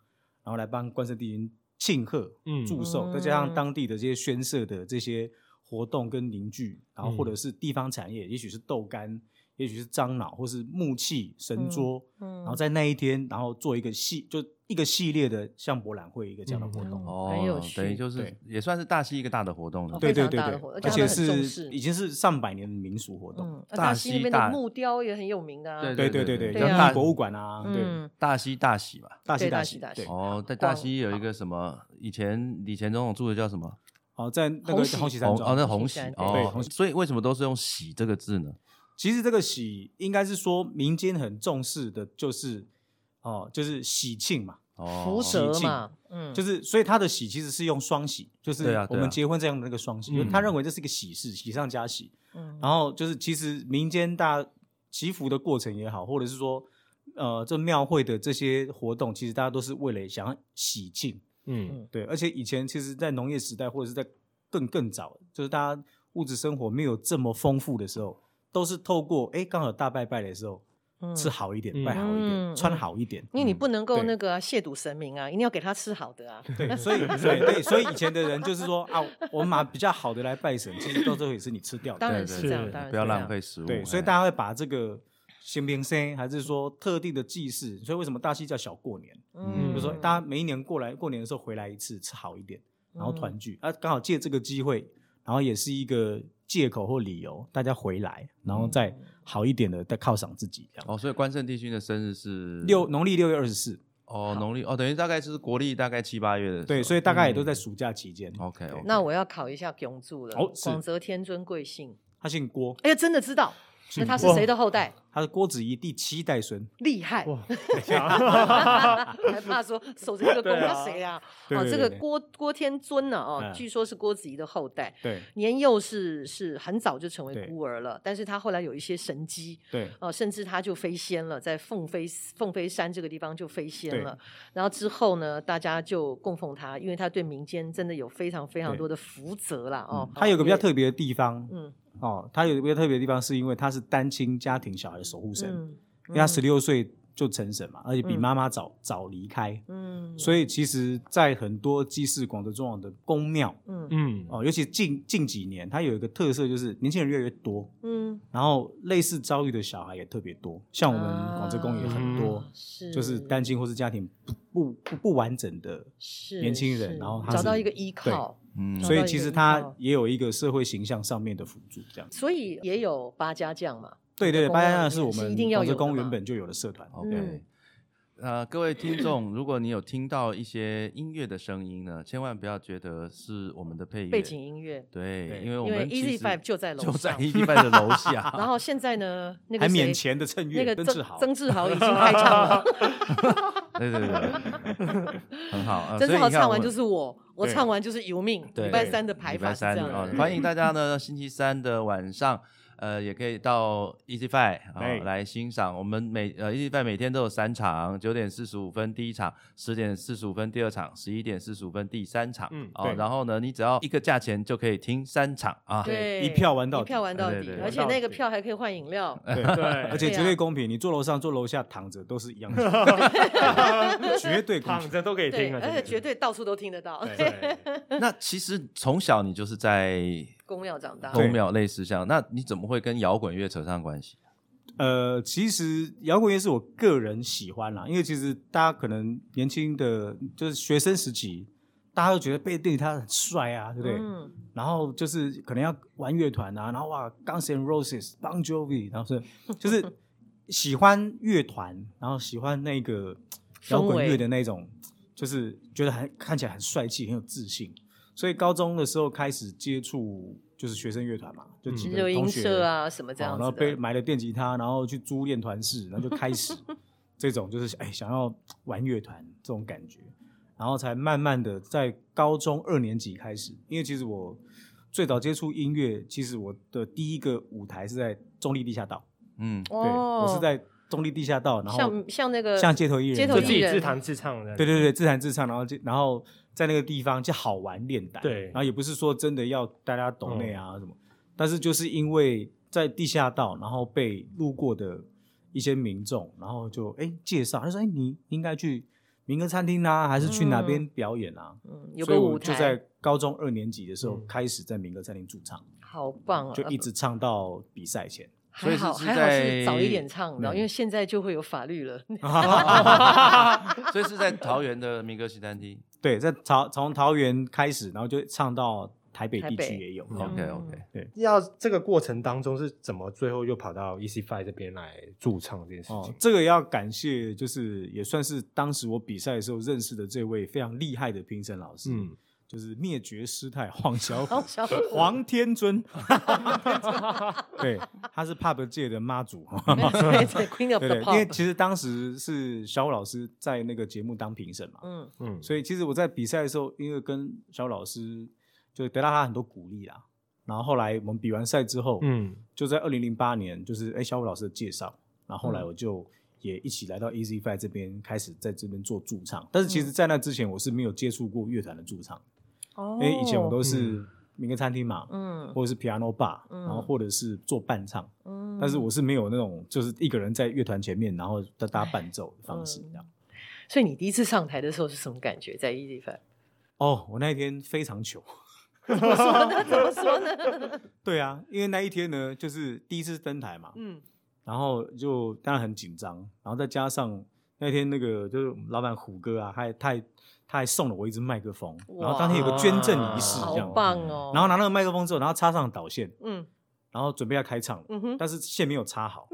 [SPEAKER 4] 然后来帮关圣帝君庆贺、
[SPEAKER 3] 嗯
[SPEAKER 4] 祝寿，再加上当地的这些宣社的这些活动跟凝聚，然后或者是地方产业，也许是豆干，也许是樟脑，或是木器、神桌，
[SPEAKER 1] 嗯
[SPEAKER 4] 然后在那一天，然后做一个系，就一个系列的像博览会一个这样的活
[SPEAKER 1] 嗯
[SPEAKER 4] 动。
[SPEAKER 2] 哦，
[SPEAKER 1] 很有趣
[SPEAKER 2] 等于就是
[SPEAKER 4] 对
[SPEAKER 2] 也算是大溪一个大的活动了。
[SPEAKER 1] 哦
[SPEAKER 4] 对对
[SPEAKER 1] 非
[SPEAKER 4] 对
[SPEAKER 1] 常大的
[SPEAKER 4] 对
[SPEAKER 1] 活，动
[SPEAKER 4] 而
[SPEAKER 1] 而
[SPEAKER 4] 且
[SPEAKER 1] 且他们很重
[SPEAKER 4] 是
[SPEAKER 1] 视
[SPEAKER 4] 已经是上百年的民俗活动。
[SPEAKER 1] 嗯，那
[SPEAKER 2] 大
[SPEAKER 1] 大
[SPEAKER 2] 溪
[SPEAKER 1] 溪那边
[SPEAKER 2] 大
[SPEAKER 1] 的木雕也很有名的啊。
[SPEAKER 2] 对
[SPEAKER 4] 对对对对，
[SPEAKER 1] 对
[SPEAKER 4] 像
[SPEAKER 1] 啊
[SPEAKER 4] 大博物馆啊，对，
[SPEAKER 1] 嗯，
[SPEAKER 2] 大溪大喜嘛。
[SPEAKER 4] 大溪
[SPEAKER 1] 对
[SPEAKER 4] 大
[SPEAKER 1] 大
[SPEAKER 4] 喜
[SPEAKER 1] 喜大喜
[SPEAKER 4] 对。
[SPEAKER 2] 哦，在大
[SPEAKER 1] 广
[SPEAKER 2] 溪有一个什么？以前李前总统住的叫什么？
[SPEAKER 4] 哦，在那个
[SPEAKER 1] 红喜
[SPEAKER 4] 红喜山
[SPEAKER 2] 红
[SPEAKER 4] 庄
[SPEAKER 2] 哦，那
[SPEAKER 1] 红
[SPEAKER 2] 红
[SPEAKER 1] 喜
[SPEAKER 2] 喜
[SPEAKER 1] 山对
[SPEAKER 4] 对
[SPEAKER 2] 哦
[SPEAKER 4] 红，
[SPEAKER 2] 所以为什么都是用“喜”这个字呢？
[SPEAKER 4] 其实这个喜应该是说民间很重视的，就是哦，就是喜庆嘛，
[SPEAKER 2] 哦，
[SPEAKER 1] 福
[SPEAKER 4] 蛇
[SPEAKER 1] 蛇嘛，嗯，
[SPEAKER 4] 就是是所以他的喜其实是用双喜，就是
[SPEAKER 2] 对啊
[SPEAKER 4] 我
[SPEAKER 2] 对啊
[SPEAKER 4] 们结婚这样的那个双喜，
[SPEAKER 3] 嗯
[SPEAKER 4] 因为他认为这是一个喜事，喜上加喜。
[SPEAKER 1] 嗯
[SPEAKER 4] 然后就是其实民间大祈福的过程也好，或者是说呃这庙会的这些活动，其实大家都是为了想要喜庆。
[SPEAKER 3] 嗯
[SPEAKER 4] 对，而且以前其实，在农业时代或者是在更更早，就是大家物质生活没有这么丰富的时候，都是透过哎刚好大拜拜的时候，吃好一点，
[SPEAKER 3] 嗯
[SPEAKER 4] 拜好一点，
[SPEAKER 1] 嗯
[SPEAKER 4] 穿好一点。
[SPEAKER 1] 因为你
[SPEAKER 2] 嗯
[SPEAKER 1] 不能够
[SPEAKER 4] 对
[SPEAKER 1] 那个啊亵渎神明啊，一定要给他吃好的啊。
[SPEAKER 4] 对， 所以对对，所以以前的人就是说啊，我们买比较好的来拜神，其实到最后也是你吃掉
[SPEAKER 1] 当
[SPEAKER 4] 的。
[SPEAKER 1] 然
[SPEAKER 2] 对
[SPEAKER 1] 是
[SPEAKER 2] 对
[SPEAKER 1] 这样，
[SPEAKER 3] 是
[SPEAKER 1] 当然
[SPEAKER 2] 不要
[SPEAKER 1] 啊是这样
[SPEAKER 2] 浪。费食物。
[SPEAKER 4] 对，所以
[SPEAKER 2] 哎
[SPEAKER 4] 大家会把这个新兵生，还是说特定的祭祀，所以为什么大溪叫小过年？
[SPEAKER 2] 嗯
[SPEAKER 4] 比如说
[SPEAKER 1] 嗯
[SPEAKER 4] 大家每一年过来过年的时候回来一次，吃好一点，然后
[SPEAKER 1] 嗯
[SPEAKER 4] 团聚啊，刚好借这个机会，然后也是一个借口或理由，大家回来，然后再
[SPEAKER 1] 嗯
[SPEAKER 4] 好一点的再犒赏自己这样。
[SPEAKER 2] 哦，所以关圣帝君的生日是
[SPEAKER 4] 六农历六月二十四，
[SPEAKER 2] 哦，农历哦，等于大概是国历大概七八月的时候。
[SPEAKER 4] 对，所以大概也
[SPEAKER 1] 嗯
[SPEAKER 4] 都在暑假期间。
[SPEAKER 1] 哦
[SPEAKER 2] OK，
[SPEAKER 4] 对
[SPEAKER 2] OK
[SPEAKER 1] 那我要考一下永柱了
[SPEAKER 4] 哦，是
[SPEAKER 1] 广泽天尊贵姓？
[SPEAKER 4] 他姓郭，
[SPEAKER 1] 哎呀，真的知道，那他是谁的后代？
[SPEAKER 4] 他是郭子仪第七代孙。
[SPEAKER 1] 厉害，
[SPEAKER 4] 嗯
[SPEAKER 3] 哇
[SPEAKER 1] 还怕说守着一个宫，
[SPEAKER 3] 对啊
[SPEAKER 1] 他谁啊？
[SPEAKER 4] 对
[SPEAKER 1] 哦，
[SPEAKER 4] 对
[SPEAKER 1] 这
[SPEAKER 4] 对
[SPEAKER 1] 个
[SPEAKER 4] 对
[SPEAKER 1] 郭郭天尊呢？哦
[SPEAKER 4] 嗯，
[SPEAKER 1] 据说是郭子仪的后代。
[SPEAKER 4] 对
[SPEAKER 1] 年幼是是很早就成为
[SPEAKER 4] 对
[SPEAKER 1] 孤儿了，但是他后来有一些神机，
[SPEAKER 4] 对
[SPEAKER 1] 呃，甚至他就飞仙了，在凤飞凤飞山这个地方就飞仙了。然后之后呢，大家就供奉他，因为他对民间真的有非常非常
[SPEAKER 4] 对
[SPEAKER 1] 多的福泽啦。哦
[SPEAKER 4] 嗯，他有个比较
[SPEAKER 1] 也，
[SPEAKER 4] 特别的地方
[SPEAKER 1] 嗯
[SPEAKER 4] 哦，他有个比较特别的地方，是因为他是单亲家庭小孩的守护神，
[SPEAKER 1] 嗯，
[SPEAKER 4] 因为他十六岁就成神嘛，而且比妈妈早、早离开，
[SPEAKER 1] 嗯，
[SPEAKER 4] 所以其实，在很多祭祀广德中网的宫庙
[SPEAKER 1] 嗯
[SPEAKER 3] 嗯
[SPEAKER 4] 哦，尤其近近几年，它有一个特色就是年轻人越来越多，
[SPEAKER 1] 嗯，
[SPEAKER 4] 然后类似遭遇的小孩也特别多，像我们广泽宫也很多。
[SPEAKER 1] 啊
[SPEAKER 2] 嗯
[SPEAKER 1] 是
[SPEAKER 4] 就是单亲或是家庭不不不不完整的
[SPEAKER 1] 是
[SPEAKER 4] 年轻人
[SPEAKER 1] 是
[SPEAKER 4] 然后他
[SPEAKER 1] 找到
[SPEAKER 4] 是
[SPEAKER 1] 一个依
[SPEAKER 4] 对
[SPEAKER 1] 靠，
[SPEAKER 2] 嗯，
[SPEAKER 1] 找
[SPEAKER 4] 所
[SPEAKER 1] 到
[SPEAKER 4] 以
[SPEAKER 1] 一
[SPEAKER 4] 其
[SPEAKER 1] 个哦
[SPEAKER 4] 实
[SPEAKER 1] 依
[SPEAKER 4] 它
[SPEAKER 1] 靠
[SPEAKER 4] 也有一个社会形象上面的辅助，这样。
[SPEAKER 1] 所以也有八家将嘛。
[SPEAKER 4] 对对对，
[SPEAKER 1] 公
[SPEAKER 4] 巴
[SPEAKER 1] 园
[SPEAKER 4] 加
[SPEAKER 1] 里
[SPEAKER 4] 纳是
[SPEAKER 1] 面
[SPEAKER 4] 我
[SPEAKER 1] 是
[SPEAKER 4] 们
[SPEAKER 1] 一定要
[SPEAKER 4] 广泽
[SPEAKER 1] 有的哦
[SPEAKER 4] 宫
[SPEAKER 1] 嘛
[SPEAKER 4] 原本就有的社团。
[SPEAKER 2] OK，
[SPEAKER 1] 嗯
[SPEAKER 2] 呃，各位听众，如果你有听到一些音乐的声音 呢，千万不要觉得是我们的配乐
[SPEAKER 1] 背景音乐。
[SPEAKER 2] 对，
[SPEAKER 3] 对
[SPEAKER 2] 因为我
[SPEAKER 1] 因为
[SPEAKER 2] 们
[SPEAKER 1] Easy
[SPEAKER 2] 其实
[SPEAKER 1] Five 就在楼
[SPEAKER 2] 就在
[SPEAKER 1] 上
[SPEAKER 2] Easy Five 的楼 下，
[SPEAKER 1] 然后现在呢，那个
[SPEAKER 4] 还
[SPEAKER 1] 谁
[SPEAKER 4] 免钱的趁
[SPEAKER 1] 那
[SPEAKER 4] 月，
[SPEAKER 1] 个
[SPEAKER 4] 邓
[SPEAKER 1] 曾
[SPEAKER 4] 志豪，
[SPEAKER 1] 曾志豪已经开唱 了，
[SPEAKER 2] 对对对， 对很好。呃
[SPEAKER 1] 曾
[SPEAKER 2] 所
[SPEAKER 1] 志
[SPEAKER 2] 以
[SPEAKER 1] 豪
[SPEAKER 2] 你看
[SPEAKER 1] 唱
[SPEAKER 2] 我
[SPEAKER 1] 完
[SPEAKER 2] 们
[SPEAKER 1] 就是我，我
[SPEAKER 3] 对
[SPEAKER 1] 唱完就是游命。
[SPEAKER 2] 对
[SPEAKER 1] 礼拜三的排
[SPEAKER 2] 礼
[SPEAKER 1] 法
[SPEAKER 2] 拜
[SPEAKER 1] 是这
[SPEAKER 2] 三
[SPEAKER 1] 样
[SPEAKER 2] 啊
[SPEAKER 1] 的，，
[SPEAKER 2] 欢迎大家呢，星期三的晚上，呃，也可以到 Easy Five 啊、
[SPEAKER 4] 对
[SPEAKER 2] 来欣赏。我们每呃 Easy Five 每天都有三场，九点四十五分第一场，十点四十五分第二场，十一点四十五分第三场。
[SPEAKER 3] 嗯
[SPEAKER 2] 哦
[SPEAKER 4] 对，
[SPEAKER 2] 然后呢，你只要一个价钱就可以听三场啊。
[SPEAKER 1] 对，
[SPEAKER 4] 一票玩
[SPEAKER 1] 一
[SPEAKER 4] 到底
[SPEAKER 1] 票玩到
[SPEAKER 2] 对
[SPEAKER 1] 底
[SPEAKER 2] 对，对
[SPEAKER 1] 而且
[SPEAKER 3] 玩到
[SPEAKER 1] 那个
[SPEAKER 3] 底
[SPEAKER 1] 票还可以换饮料。
[SPEAKER 4] 对，
[SPEAKER 3] 对，
[SPEAKER 4] 而且
[SPEAKER 1] 对啊
[SPEAKER 4] 绝对公平，你坐楼上坐楼下躺着都是一 样的， 绝对公
[SPEAKER 3] 躺
[SPEAKER 4] 平。
[SPEAKER 3] 着都可以
[SPEAKER 1] 对，
[SPEAKER 3] 听啊，
[SPEAKER 1] 而且绝
[SPEAKER 3] 对
[SPEAKER 1] 对哦到处都听得到。
[SPEAKER 3] 对，
[SPEAKER 1] 嗯
[SPEAKER 2] 那其实从小你就是在
[SPEAKER 1] 公庙长大，
[SPEAKER 2] 公庙类似像，那你怎么会跟摇滚乐扯上关系？
[SPEAKER 4] 呃，其实摇滚乐是我个人喜欢啦，因为其实大家可能年轻的就是学生时期，大家都觉得贝蒂他很帅啊，对不对？
[SPEAKER 1] 嗯，
[SPEAKER 4] 然后就是可能要玩乐团啊，然后哇，Guns N' Roses、Bon Jovi，然后是就是喜欢乐团，然后喜欢那个摇
[SPEAKER 1] 氛
[SPEAKER 4] 滚
[SPEAKER 1] 围
[SPEAKER 4] 乐的那种，就是觉得很看起来很帅气，很有自信。所以高中的时候开始接触就是学生乐团嘛，就几个
[SPEAKER 1] 有
[SPEAKER 4] 同
[SPEAKER 1] 音
[SPEAKER 4] 学、
[SPEAKER 1] 社啊什么这
[SPEAKER 4] 哦
[SPEAKER 1] 样
[SPEAKER 4] 然后
[SPEAKER 1] 子
[SPEAKER 4] 被
[SPEAKER 1] 的。
[SPEAKER 4] 买了电吉他，然后去租练团室，然后就 开始这种就是哎想要玩乐团这种感觉，然后才慢慢的在高中二年级开始，因为其实我最早接触音乐，其实我的第一个舞台是在中立地下道，
[SPEAKER 2] 嗯，
[SPEAKER 4] 对我是在中立地下道，然
[SPEAKER 1] 哦
[SPEAKER 4] 后
[SPEAKER 1] 像像那个
[SPEAKER 4] 像街头艺人，
[SPEAKER 1] 街头
[SPEAKER 3] 就
[SPEAKER 1] 艺
[SPEAKER 3] 自
[SPEAKER 1] 人
[SPEAKER 3] 己自弹自唱的，
[SPEAKER 4] 对对对，自弹自唱，然后就然后在那个地方就好玩练胆，
[SPEAKER 3] 对
[SPEAKER 4] 然后也不是说真的要大家
[SPEAKER 1] 嗯
[SPEAKER 4] 懂内啊什么，但是就是因为在地下道，然后被路过的一些民众，然后就哎介绍，他说哎你应该去民歌餐厅啊，还是去哪边表演啊？
[SPEAKER 1] 嗯有
[SPEAKER 4] 所以
[SPEAKER 1] 个
[SPEAKER 4] 我
[SPEAKER 1] 舞
[SPEAKER 4] 就
[SPEAKER 1] 台，
[SPEAKER 4] 在高中二年级的时候
[SPEAKER 3] 嗯
[SPEAKER 4] 开始在民歌餐厅驻唱，
[SPEAKER 1] 好棒啊！
[SPEAKER 4] 就一直唱到比赛前。
[SPEAKER 2] 所
[SPEAKER 1] 还
[SPEAKER 2] 以是
[SPEAKER 1] 好
[SPEAKER 2] 是
[SPEAKER 1] 还好是
[SPEAKER 2] 在
[SPEAKER 1] 早一点唱的，
[SPEAKER 4] 嗯
[SPEAKER 1] 因为现在就会有法律了。
[SPEAKER 2] 所以是在桃园的民歌西餐
[SPEAKER 1] 嗯
[SPEAKER 2] 厅。
[SPEAKER 4] 对，在桃从桃园开始，然后就唱到台北
[SPEAKER 1] 台
[SPEAKER 4] 地
[SPEAKER 1] 北嗯
[SPEAKER 4] 区也有。这样
[SPEAKER 2] OK OK，
[SPEAKER 3] 要这个过程当中是怎么最后又跑到 EC Five 这边来驻唱这件事
[SPEAKER 4] 哦
[SPEAKER 3] 情？，
[SPEAKER 4] 这个要感谢，就是也算是当时我比赛的时候认识的这位非常厉害的评审老师，
[SPEAKER 3] 嗯，
[SPEAKER 4] 就是灭绝师太黄小虎
[SPEAKER 1] 然后想
[SPEAKER 4] 黄天尊， 对，他是 pub 界的妈祖，
[SPEAKER 1] 对对 Queen of
[SPEAKER 4] 对
[SPEAKER 1] the
[SPEAKER 4] 对，因为
[SPEAKER 1] Pop，
[SPEAKER 4] 其实当时是小虎老师在那个节目当评审嘛，
[SPEAKER 1] 嗯，
[SPEAKER 3] 嗯，
[SPEAKER 4] 所以其实我在比赛的时候，因为跟小虎老师就得到他很多鼓励啦，然后后来我们比完赛之后，
[SPEAKER 3] 嗯，
[SPEAKER 4] 就在二零零八年，就是哎小虎老师的介绍，然后后来
[SPEAKER 1] 嗯
[SPEAKER 4] 我就也一起来到 Easy Five 这边，开始在这边做驻唱。但是其实，在那之前，我是没有接触过乐团的驻唱，
[SPEAKER 1] 嗯哦
[SPEAKER 4] 因为以前我都是
[SPEAKER 3] 嗯
[SPEAKER 4] 民歌餐厅嘛，
[SPEAKER 1] 嗯
[SPEAKER 4] 或者是 piano bar，
[SPEAKER 1] 嗯
[SPEAKER 4] 然后或者是做伴唱，
[SPEAKER 1] 嗯，
[SPEAKER 4] 但是我是没有那种就是一个人在乐团前面，然后大家伴奏的方式
[SPEAKER 1] 嗯
[SPEAKER 4] 这样。
[SPEAKER 1] 所以你第一次上台的时候是什么感觉？在 Easy Five，
[SPEAKER 4] 哦，我那一天非常糗。
[SPEAKER 1] 怎么说呢？怎么说呢？
[SPEAKER 4] 对啊，因为那一天呢，就是第一次登台嘛，
[SPEAKER 1] 嗯，
[SPEAKER 4] 然后就当然很紧张，然后再加上那天那个就是我们老板虎哥啊，他还他还他还送了我一支麦克风，
[SPEAKER 1] 哇
[SPEAKER 4] 然后当天有个捐赠仪式
[SPEAKER 1] 好
[SPEAKER 4] 这样，
[SPEAKER 1] 棒哦！
[SPEAKER 4] 然后拿那个麦克风之后，然后插上导线，
[SPEAKER 1] 嗯
[SPEAKER 4] 然后准备要开唱，
[SPEAKER 1] 嗯哼，
[SPEAKER 4] 但是线没有插好，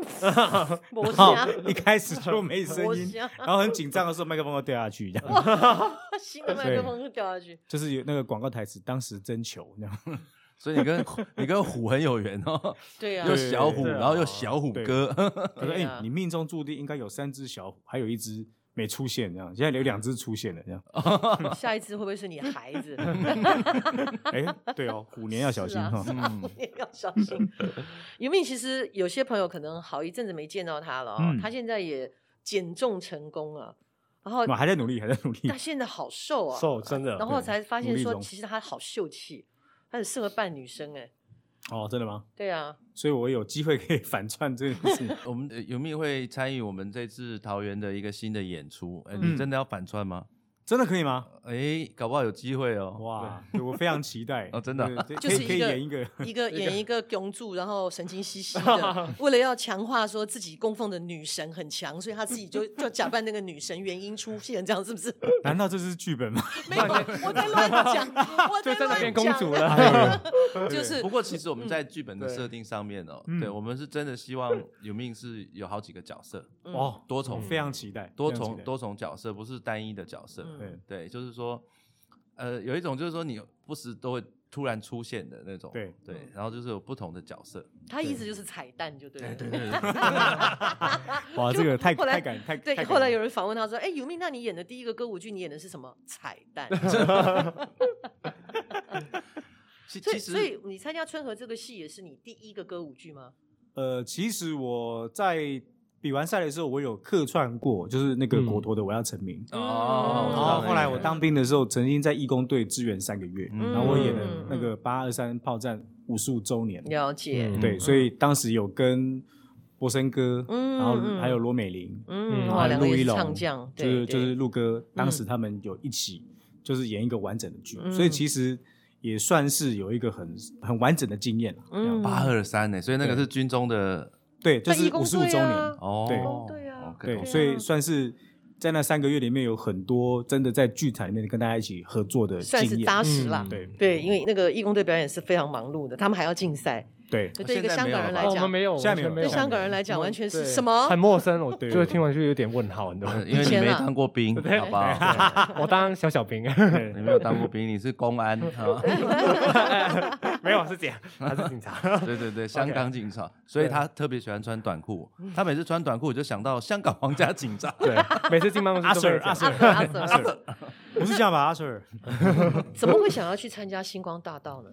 [SPEAKER 1] 我
[SPEAKER 4] 然后
[SPEAKER 1] 想，
[SPEAKER 4] 一开始就没声
[SPEAKER 1] 我
[SPEAKER 4] 音，
[SPEAKER 1] 想，
[SPEAKER 4] 然后很紧张的时候麦克风要掉下去，这样
[SPEAKER 1] 新的麦克风就掉下去。
[SPEAKER 4] 就是有那个广告台词，当时真球这样，
[SPEAKER 2] 所以你跟 你跟虎很有缘哦，
[SPEAKER 1] 对呀、
[SPEAKER 2] 又
[SPEAKER 1] 啊，
[SPEAKER 2] 小虎，
[SPEAKER 3] 对啊
[SPEAKER 2] 然
[SPEAKER 4] 哦
[SPEAKER 2] 后又小虎哥，
[SPEAKER 4] 他说：“
[SPEAKER 1] 对
[SPEAKER 4] 哎、
[SPEAKER 1] 啊
[SPEAKER 4] 你命中注定应该有三只小虎，还有一只没出现，这样现在有两只出现了，这 样。
[SPEAKER 1] 下一次会不会是你孩 子？
[SPEAKER 4] 哎、对哦，虎年要小心
[SPEAKER 1] 是啊
[SPEAKER 4] 哈。嗯
[SPEAKER 1] 是啊你要小心。 尤命其实有些朋友可能好一阵子没见到他了、哦，
[SPEAKER 4] 嗯
[SPEAKER 1] 他现在也减重成功了，然后
[SPEAKER 4] 我还在努力，还在努 力
[SPEAKER 1] 他。现在好瘦啊，
[SPEAKER 3] 瘦真的
[SPEAKER 1] 然后
[SPEAKER 4] 对
[SPEAKER 1] 才发现
[SPEAKER 4] 努力
[SPEAKER 1] 说
[SPEAKER 4] 中
[SPEAKER 1] 其实他好秀气，他很适合扮女生哎、
[SPEAKER 4] 哦，真的吗？
[SPEAKER 1] 对 啊，
[SPEAKER 4] 所以我有机会可以反串这 件事。
[SPEAKER 2] 我们呃有没有会参与我们这次桃园的一个新的演出？哎，
[SPEAKER 1] 嗯
[SPEAKER 2] 你真的要反串吗？
[SPEAKER 4] 真的可以吗？
[SPEAKER 2] 哎，搞不好有机会哦。
[SPEAKER 4] 哇，对我非常期待
[SPEAKER 2] 哦真的啊
[SPEAKER 4] 对对
[SPEAKER 1] 就
[SPEAKER 4] 可
[SPEAKER 1] 是
[SPEAKER 4] 以可以
[SPEAKER 1] 一个
[SPEAKER 4] 演一个
[SPEAKER 1] 一个演一个拱柱，然后神经兮兮 的，为了要强化说自己供奉的女神很强，所以他自己就就假扮那个女神原因出现，这样是 不是？
[SPEAKER 4] 难道这是剧本吗？
[SPEAKER 1] 没有，我在乱讲，我
[SPEAKER 3] 就
[SPEAKER 1] 在
[SPEAKER 3] 真的
[SPEAKER 1] 乱
[SPEAKER 3] 变
[SPEAKER 1] 讲。
[SPEAKER 3] 公主了。嗯
[SPEAKER 1] 就是
[SPEAKER 2] 不过其实我
[SPEAKER 1] 嗯
[SPEAKER 2] 们在剧本的
[SPEAKER 4] 对
[SPEAKER 2] 设定上面哦，
[SPEAKER 4] 嗯
[SPEAKER 2] 对我们是真的希望有命是有好几个角色，
[SPEAKER 1] 嗯
[SPEAKER 4] 哦，
[SPEAKER 2] 多重
[SPEAKER 4] 非常期待，
[SPEAKER 2] 多
[SPEAKER 4] 非常期
[SPEAKER 2] 重
[SPEAKER 4] 待
[SPEAKER 2] 多重角色，不是单一的角色。
[SPEAKER 1] 嗯
[SPEAKER 4] 对
[SPEAKER 2] 对，就是说，呃，有一种就是说你不时都会突然出现的那种，
[SPEAKER 4] 对
[SPEAKER 2] 对，然后就是有不同的角色，
[SPEAKER 1] 他意思就是彩蛋，就对了。对对对。
[SPEAKER 4] 哎 哇，这个太
[SPEAKER 1] 后来
[SPEAKER 4] 太感太太感
[SPEAKER 1] 后来有
[SPEAKER 4] 人
[SPEAKER 1] 人访问他说：“哎，尤米，那你演的第一个歌舞剧，你演的是什么？彩 蛋。
[SPEAKER 2] 其
[SPEAKER 1] 所
[SPEAKER 2] 其
[SPEAKER 1] 以，
[SPEAKER 2] 实
[SPEAKER 1] 所以你参加春和这个戏也是你第一个歌舞剧吗？
[SPEAKER 4] 呃，其实我在比完赛的时候，我有客串过，就是那个
[SPEAKER 3] 嗯
[SPEAKER 4] 国托的我要成名。
[SPEAKER 2] 哦，
[SPEAKER 1] 嗯
[SPEAKER 4] 然
[SPEAKER 2] 知道
[SPEAKER 4] 后
[SPEAKER 2] 那
[SPEAKER 4] 后来
[SPEAKER 2] 个
[SPEAKER 4] 我当兵的时候，曾经在义工队支援三个月，
[SPEAKER 2] 嗯
[SPEAKER 4] 然后我演了
[SPEAKER 1] 嗯
[SPEAKER 4] 那个八二三炮战五十五周年，
[SPEAKER 1] 了解
[SPEAKER 3] 嗯
[SPEAKER 4] 对，所以当时有跟博森哥，
[SPEAKER 1] 嗯
[SPEAKER 4] 然后
[SPEAKER 1] 嗯
[SPEAKER 4] 还有罗美玲，
[SPEAKER 1] 嗯，
[SPEAKER 3] 嗯
[SPEAKER 1] 哇，
[SPEAKER 4] 啊
[SPEAKER 1] 两个
[SPEAKER 4] 陆
[SPEAKER 1] 也
[SPEAKER 4] 一
[SPEAKER 1] 是
[SPEAKER 4] 龙
[SPEAKER 1] 唱将，
[SPEAKER 4] 就
[SPEAKER 1] 对，
[SPEAKER 4] 是就是
[SPEAKER 1] 对
[SPEAKER 4] 陆哥，当时他们有一起就是演一个完整的剧，
[SPEAKER 1] 嗯
[SPEAKER 4] 所以其实也算是有一个很很完整的经验了。
[SPEAKER 1] 嗯
[SPEAKER 4] 嗯，
[SPEAKER 2] 八二三呢，所以那个是军中的
[SPEAKER 4] 对，就
[SPEAKER 1] 在义
[SPEAKER 4] 是
[SPEAKER 1] 工
[SPEAKER 4] 五十五周
[SPEAKER 1] 队啊
[SPEAKER 4] 年，
[SPEAKER 2] 哦，
[SPEAKER 4] 对
[SPEAKER 1] 哦对啊
[SPEAKER 2] OK，
[SPEAKER 4] 对，
[SPEAKER 2] OK
[SPEAKER 4] 所以算是在那三个月里面有很多真的在剧场里面跟大家一起合作的
[SPEAKER 1] 算是
[SPEAKER 4] 经验
[SPEAKER 1] 扎。实啦
[SPEAKER 3] 嗯。
[SPEAKER 4] 对
[SPEAKER 1] 对，因为那个义工队表演是非常忙碌的，他们还要竞赛，
[SPEAKER 4] 对
[SPEAKER 1] 就对一个
[SPEAKER 2] 现在
[SPEAKER 1] 香
[SPEAKER 2] 没有
[SPEAKER 1] 港人
[SPEAKER 2] 了
[SPEAKER 1] 来
[SPEAKER 2] 吧
[SPEAKER 3] 哦我
[SPEAKER 1] 讲
[SPEAKER 3] 们，没有，
[SPEAKER 4] 现在
[SPEAKER 3] 完全
[SPEAKER 4] 没
[SPEAKER 3] 没
[SPEAKER 4] 有
[SPEAKER 1] 对
[SPEAKER 3] 有，
[SPEAKER 1] 香港人来讲，完全是
[SPEAKER 3] 对
[SPEAKER 1] 什么
[SPEAKER 3] 很？陌生，我
[SPEAKER 4] 对
[SPEAKER 3] 就是听完就有点问号，你知道吗
[SPEAKER 2] 呃？因为
[SPEAKER 1] 以
[SPEAKER 2] 你
[SPEAKER 1] 前
[SPEAKER 2] 没
[SPEAKER 1] 啊
[SPEAKER 2] 当过兵，
[SPEAKER 3] 对
[SPEAKER 2] 好不 好？
[SPEAKER 3] 我当小小兵，
[SPEAKER 2] 你没有当过兵，你是公安啊？
[SPEAKER 3] 没有是这样，他是警察。。
[SPEAKER 2] 对对对，香港警察，所以他特别喜欢穿短裤。他每次穿短裤，我就想到香港皇家警察
[SPEAKER 3] 对，每次进办公
[SPEAKER 4] 阿
[SPEAKER 3] 室都
[SPEAKER 4] Sir，
[SPEAKER 3] 被
[SPEAKER 4] 阿
[SPEAKER 3] 讲
[SPEAKER 4] Sir，
[SPEAKER 1] 阿 Sir，
[SPEAKER 4] 阿 Sir，不是这样吧，阿 Sir？
[SPEAKER 1] 怎么会想要去参加星光大道呢？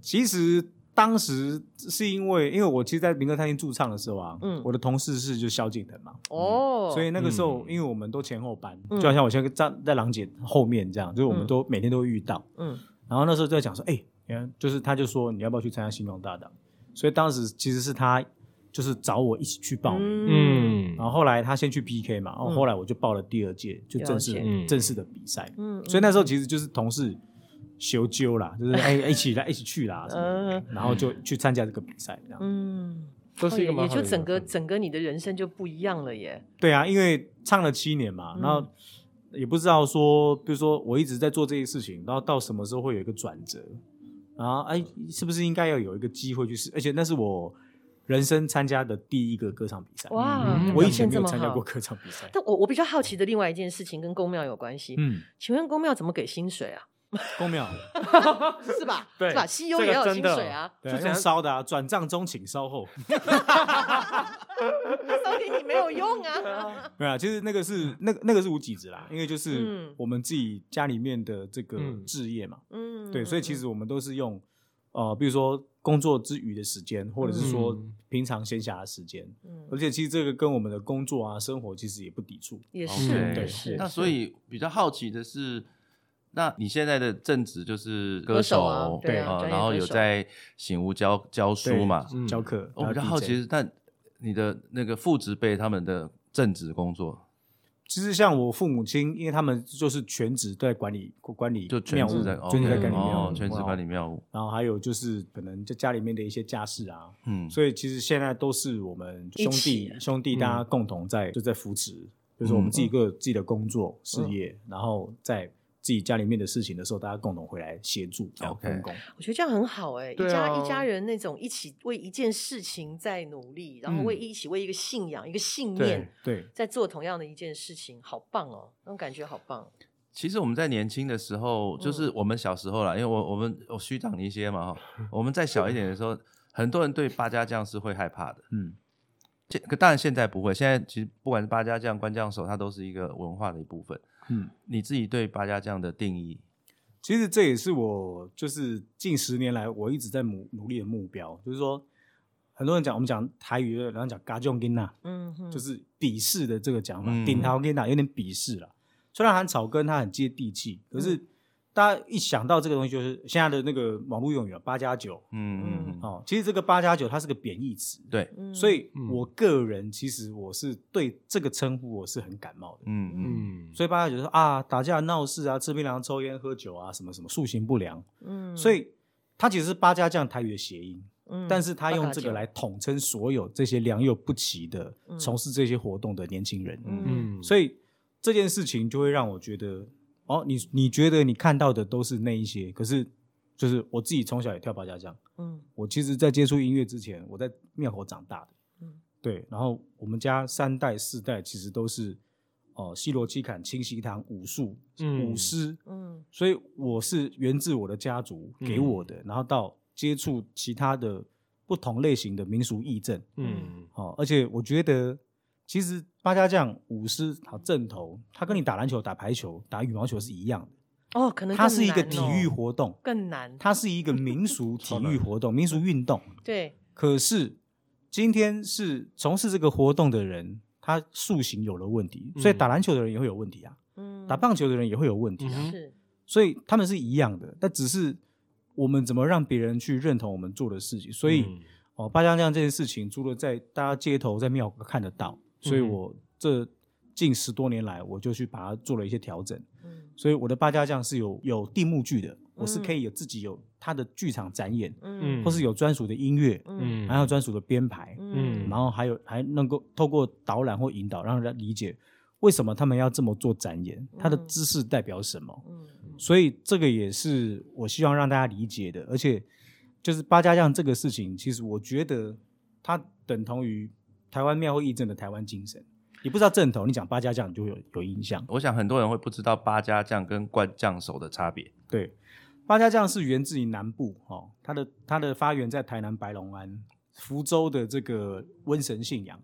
[SPEAKER 4] 其实当时是因为，因为我其实，在民歌餐厅驻唱的时候啊，
[SPEAKER 1] 嗯
[SPEAKER 4] 我的同事是就是萧敬腾嘛，
[SPEAKER 1] 哦，
[SPEAKER 4] 所以那个时候，因为我们都前后班，
[SPEAKER 1] 嗯
[SPEAKER 4] 就好像我现在站在郎姐后面这样，就是我们
[SPEAKER 1] 嗯
[SPEAKER 4] 都每天都会遇到。
[SPEAKER 1] 嗯
[SPEAKER 4] 然后那时候就在讲说，哎、你看，就是他就说你要不要去参加星光大道？所以当时其实是他就是找我一起去报名。
[SPEAKER 1] 嗯
[SPEAKER 3] 嗯
[SPEAKER 4] 然后后来他先去 PK 嘛，然后
[SPEAKER 1] 嗯
[SPEAKER 4] 后来我就报了第二届，就正式
[SPEAKER 1] 了
[SPEAKER 4] 的、
[SPEAKER 1] 解
[SPEAKER 3] 嗯
[SPEAKER 4] 正式的比赛。
[SPEAKER 1] 嗯
[SPEAKER 4] 所以那时候其实就是同事修纠啦，就是哎、一起来一起去啦什么的，
[SPEAKER 1] 嗯
[SPEAKER 4] 然后就去参加这个比赛这样。
[SPEAKER 1] 嗯，
[SPEAKER 3] 都是一
[SPEAKER 1] 哦也
[SPEAKER 3] 个蛮
[SPEAKER 1] 也
[SPEAKER 3] 好的
[SPEAKER 1] 就
[SPEAKER 3] 缘分
[SPEAKER 1] 整个整个你的人生就不一样了耶。
[SPEAKER 4] 对啊，因为唱了七年嘛，
[SPEAKER 1] 嗯
[SPEAKER 4] 然后也不知道说，比如说我一直在做这些事情，然后到什么时候会有一个转折，然后哎，是不是应该要有一个机会去试？而且那是我人生参加的第一个歌唱比赛，
[SPEAKER 1] 哇，
[SPEAKER 3] 嗯
[SPEAKER 4] 我
[SPEAKER 1] 表
[SPEAKER 4] 以
[SPEAKER 1] 现
[SPEAKER 4] 前没
[SPEAKER 1] 这
[SPEAKER 4] 有
[SPEAKER 1] 么
[SPEAKER 4] 参加
[SPEAKER 1] 好
[SPEAKER 4] 过。歌唱比赛。
[SPEAKER 1] 但我我比较好奇的另外一件事情跟公庙有关系，
[SPEAKER 4] 嗯，
[SPEAKER 1] 请问公庙怎么给薪水啊？
[SPEAKER 4] 公 庙，
[SPEAKER 1] 是吧？
[SPEAKER 3] 对
[SPEAKER 1] 是吧？西游也要有薪水啊，
[SPEAKER 4] 对啊，用烧的啊，转账中请 稍后。
[SPEAKER 1] 烧给你没有用 啊。
[SPEAKER 4] 没有啊，其实那个是那个那个是无几值啦，因为就是
[SPEAKER 1] 嗯
[SPEAKER 4] 我们自己家里面的这个
[SPEAKER 3] 嗯
[SPEAKER 4] 置业嘛，
[SPEAKER 1] 嗯，
[SPEAKER 4] 对，所以其
[SPEAKER 1] 嗯
[SPEAKER 4] 实我们都是用，呃，比如说工作之余的时间，或者是说
[SPEAKER 3] 嗯
[SPEAKER 4] 平常闲暇的时间，
[SPEAKER 1] 嗯
[SPEAKER 4] 而且其实这个跟我们的工作啊、生活其实也不抵触。
[SPEAKER 1] 也
[SPEAKER 2] 对
[SPEAKER 1] 是也
[SPEAKER 4] 对
[SPEAKER 1] 是，
[SPEAKER 2] 那所以比较好奇的是，那你现在的正职就是
[SPEAKER 1] 歌
[SPEAKER 2] 歌哦
[SPEAKER 1] 手啊对啊专业
[SPEAKER 2] 然后
[SPEAKER 1] 歌
[SPEAKER 2] 有
[SPEAKER 1] 手
[SPEAKER 2] 在醒吾教教书
[SPEAKER 4] 对
[SPEAKER 2] 嘛？
[SPEAKER 3] 嗯
[SPEAKER 4] 教课，
[SPEAKER 2] 哦我比较
[SPEAKER 4] 然后
[SPEAKER 2] 好
[SPEAKER 4] DJ
[SPEAKER 2] 奇，的是，但你的那个父职辈他们的正职工作，
[SPEAKER 4] 其实像我父母亲，因为他们就是全职在管理管理
[SPEAKER 2] 就全
[SPEAKER 4] 庙
[SPEAKER 2] 职
[SPEAKER 4] 务
[SPEAKER 2] 在
[SPEAKER 4] 全职在
[SPEAKER 2] OK，
[SPEAKER 4] 管理庙
[SPEAKER 2] 哦
[SPEAKER 4] 务，，
[SPEAKER 2] 全职
[SPEAKER 4] 然后
[SPEAKER 2] 管理。庙务，
[SPEAKER 4] 然后还有就是可能在家里面的一些家事啊，
[SPEAKER 2] 嗯，
[SPEAKER 4] 所以其实现在都是我们兄弟
[SPEAKER 1] 一起
[SPEAKER 4] 兄弟大家共同在、就在扶持，就是我们自己各自己的工作、事业，然后在自己家里面的事情的时候，大家共同回来协助，然后
[SPEAKER 2] OK
[SPEAKER 4] 分工。
[SPEAKER 1] 我觉得这样很好哎、一
[SPEAKER 3] 对
[SPEAKER 1] 家、
[SPEAKER 3] 啊
[SPEAKER 1] 一家人那种一起为一件事情在努力，然后为一起为一个信仰、一个信念
[SPEAKER 4] 嗯对，
[SPEAKER 1] 在做同样的一件事情，好棒哦，那种感觉好棒。
[SPEAKER 2] 其实我们在年轻的时候，
[SPEAKER 4] 嗯
[SPEAKER 2] 就是我们小时候啦，因为我我们我虚长一些嘛哈，我们再小一点的时候，很多人对八家将是会害怕的。
[SPEAKER 4] 嗯，
[SPEAKER 2] 现可当然现在不会，现在其实不管是八家将、关将手，它都是一个文化的一部分。
[SPEAKER 4] 嗯，
[SPEAKER 2] 你自己对八家将的定义，
[SPEAKER 4] 其实这也是我就是近十年来我一直在努努力的目标，就是说很多人讲我们讲台语，然后讲嘎囧跟呐，
[SPEAKER 1] 嗯哼，
[SPEAKER 4] 就是鄙视的这个讲法
[SPEAKER 2] 嗯，
[SPEAKER 1] 嗯
[SPEAKER 4] 顶桃跟呐有点鄙视了。虽然韩草根它很接地气，可是大家一想到这个东西，就是现在的那个网络用语啊，八加九
[SPEAKER 2] 嗯嗯嗯，
[SPEAKER 4] 哦，其实这个八加九它是个贬义词，
[SPEAKER 2] 对，
[SPEAKER 1] 嗯
[SPEAKER 4] 所以
[SPEAKER 3] 嗯
[SPEAKER 4] 我个人其实我是对这个称呼我是很感冒的。
[SPEAKER 2] 嗯嗯
[SPEAKER 3] 嗯，
[SPEAKER 4] 所以八加九说啊，打架闹事啊，吃槟榔、抽烟、喝酒啊，什么什么塑形不良，
[SPEAKER 1] 嗯
[SPEAKER 4] 所以它其实是八家将台语的谐音，
[SPEAKER 1] 嗯
[SPEAKER 4] 但是他用这
[SPEAKER 1] 八
[SPEAKER 4] 个
[SPEAKER 1] 嘎
[SPEAKER 4] 来统称所有这些良莠不齐的
[SPEAKER 1] 嗯
[SPEAKER 4] 从事这些活动的年轻人，
[SPEAKER 1] 嗯
[SPEAKER 3] 嗯，
[SPEAKER 4] 所以这件事情就会让我觉得，哦，你你觉得你看到的都是那一些，可是就是我自己从小也跳八家将，
[SPEAKER 1] 嗯
[SPEAKER 4] 我其实在接触音乐之前，我在庙口长大的，
[SPEAKER 1] 嗯
[SPEAKER 4] 对，然后我们家三代四代其实都是哦、呃西罗七坎、清溪堂、武术、
[SPEAKER 3] 嗯
[SPEAKER 4] 舞狮，
[SPEAKER 1] 嗯
[SPEAKER 4] 所以我是源自我的家族
[SPEAKER 3] 嗯
[SPEAKER 4] 给我的，然后到接触其他的不同类型的民俗义政，
[SPEAKER 3] 嗯
[SPEAKER 4] 好、哦而且我觉得其实八家将、舞狮、好正头，它跟你打篮球、打排球、打羽毛球是一样的，
[SPEAKER 1] 哦，可能
[SPEAKER 4] 它
[SPEAKER 1] 更
[SPEAKER 4] 是一个
[SPEAKER 1] 难
[SPEAKER 4] 体
[SPEAKER 1] 哦
[SPEAKER 4] 育活动，
[SPEAKER 1] 更难，
[SPEAKER 4] 它是一个民俗体育活 动、民俗运动。
[SPEAKER 1] 对，
[SPEAKER 4] 可是今天是从事这个活动的人，他塑形有了问题，所以
[SPEAKER 3] 嗯
[SPEAKER 4] 打篮球的人也会有问题啊，
[SPEAKER 1] 嗯，
[SPEAKER 4] 打棒球的人也会有问题啊。
[SPEAKER 3] 嗯哼
[SPEAKER 1] 是，
[SPEAKER 4] 所以他们是一样的，但只是我们怎么让别人去认同我们做的事情。所以、
[SPEAKER 3] 嗯
[SPEAKER 4] 哦，八家将这件事情，除了在大家街头在庙口看得到，所以
[SPEAKER 3] 嗯
[SPEAKER 4] 我这近十多年来，我就去把它做了一些调整。
[SPEAKER 1] 嗯
[SPEAKER 4] 所以我的八家将是有有定目剧的，我是可以有自己有它的剧场展演，
[SPEAKER 1] 嗯
[SPEAKER 3] 嗯
[SPEAKER 4] 或是有专属的音乐，
[SPEAKER 1] 嗯
[SPEAKER 4] 还有专属的编排，
[SPEAKER 1] 嗯
[SPEAKER 4] 然后还有还能够透过导览或引导让人家理解为什么他们要这么做展演，它的
[SPEAKER 1] 嗯
[SPEAKER 4] 知识代表什么。
[SPEAKER 1] 嗯
[SPEAKER 4] 所以这个也是我希望让大家理解的，而且就是八家将这个事情，其实我觉得它等同于台湾庙会议政的台湾精神。你不知道正头，你讲八家将，你就有有印象。
[SPEAKER 2] 我想很多人会不知道八家将跟灌酱手的差别。
[SPEAKER 4] 对，八家将是源自于南部哦，它的它的发源在台南白龙湾、福州的这个瘟神信仰，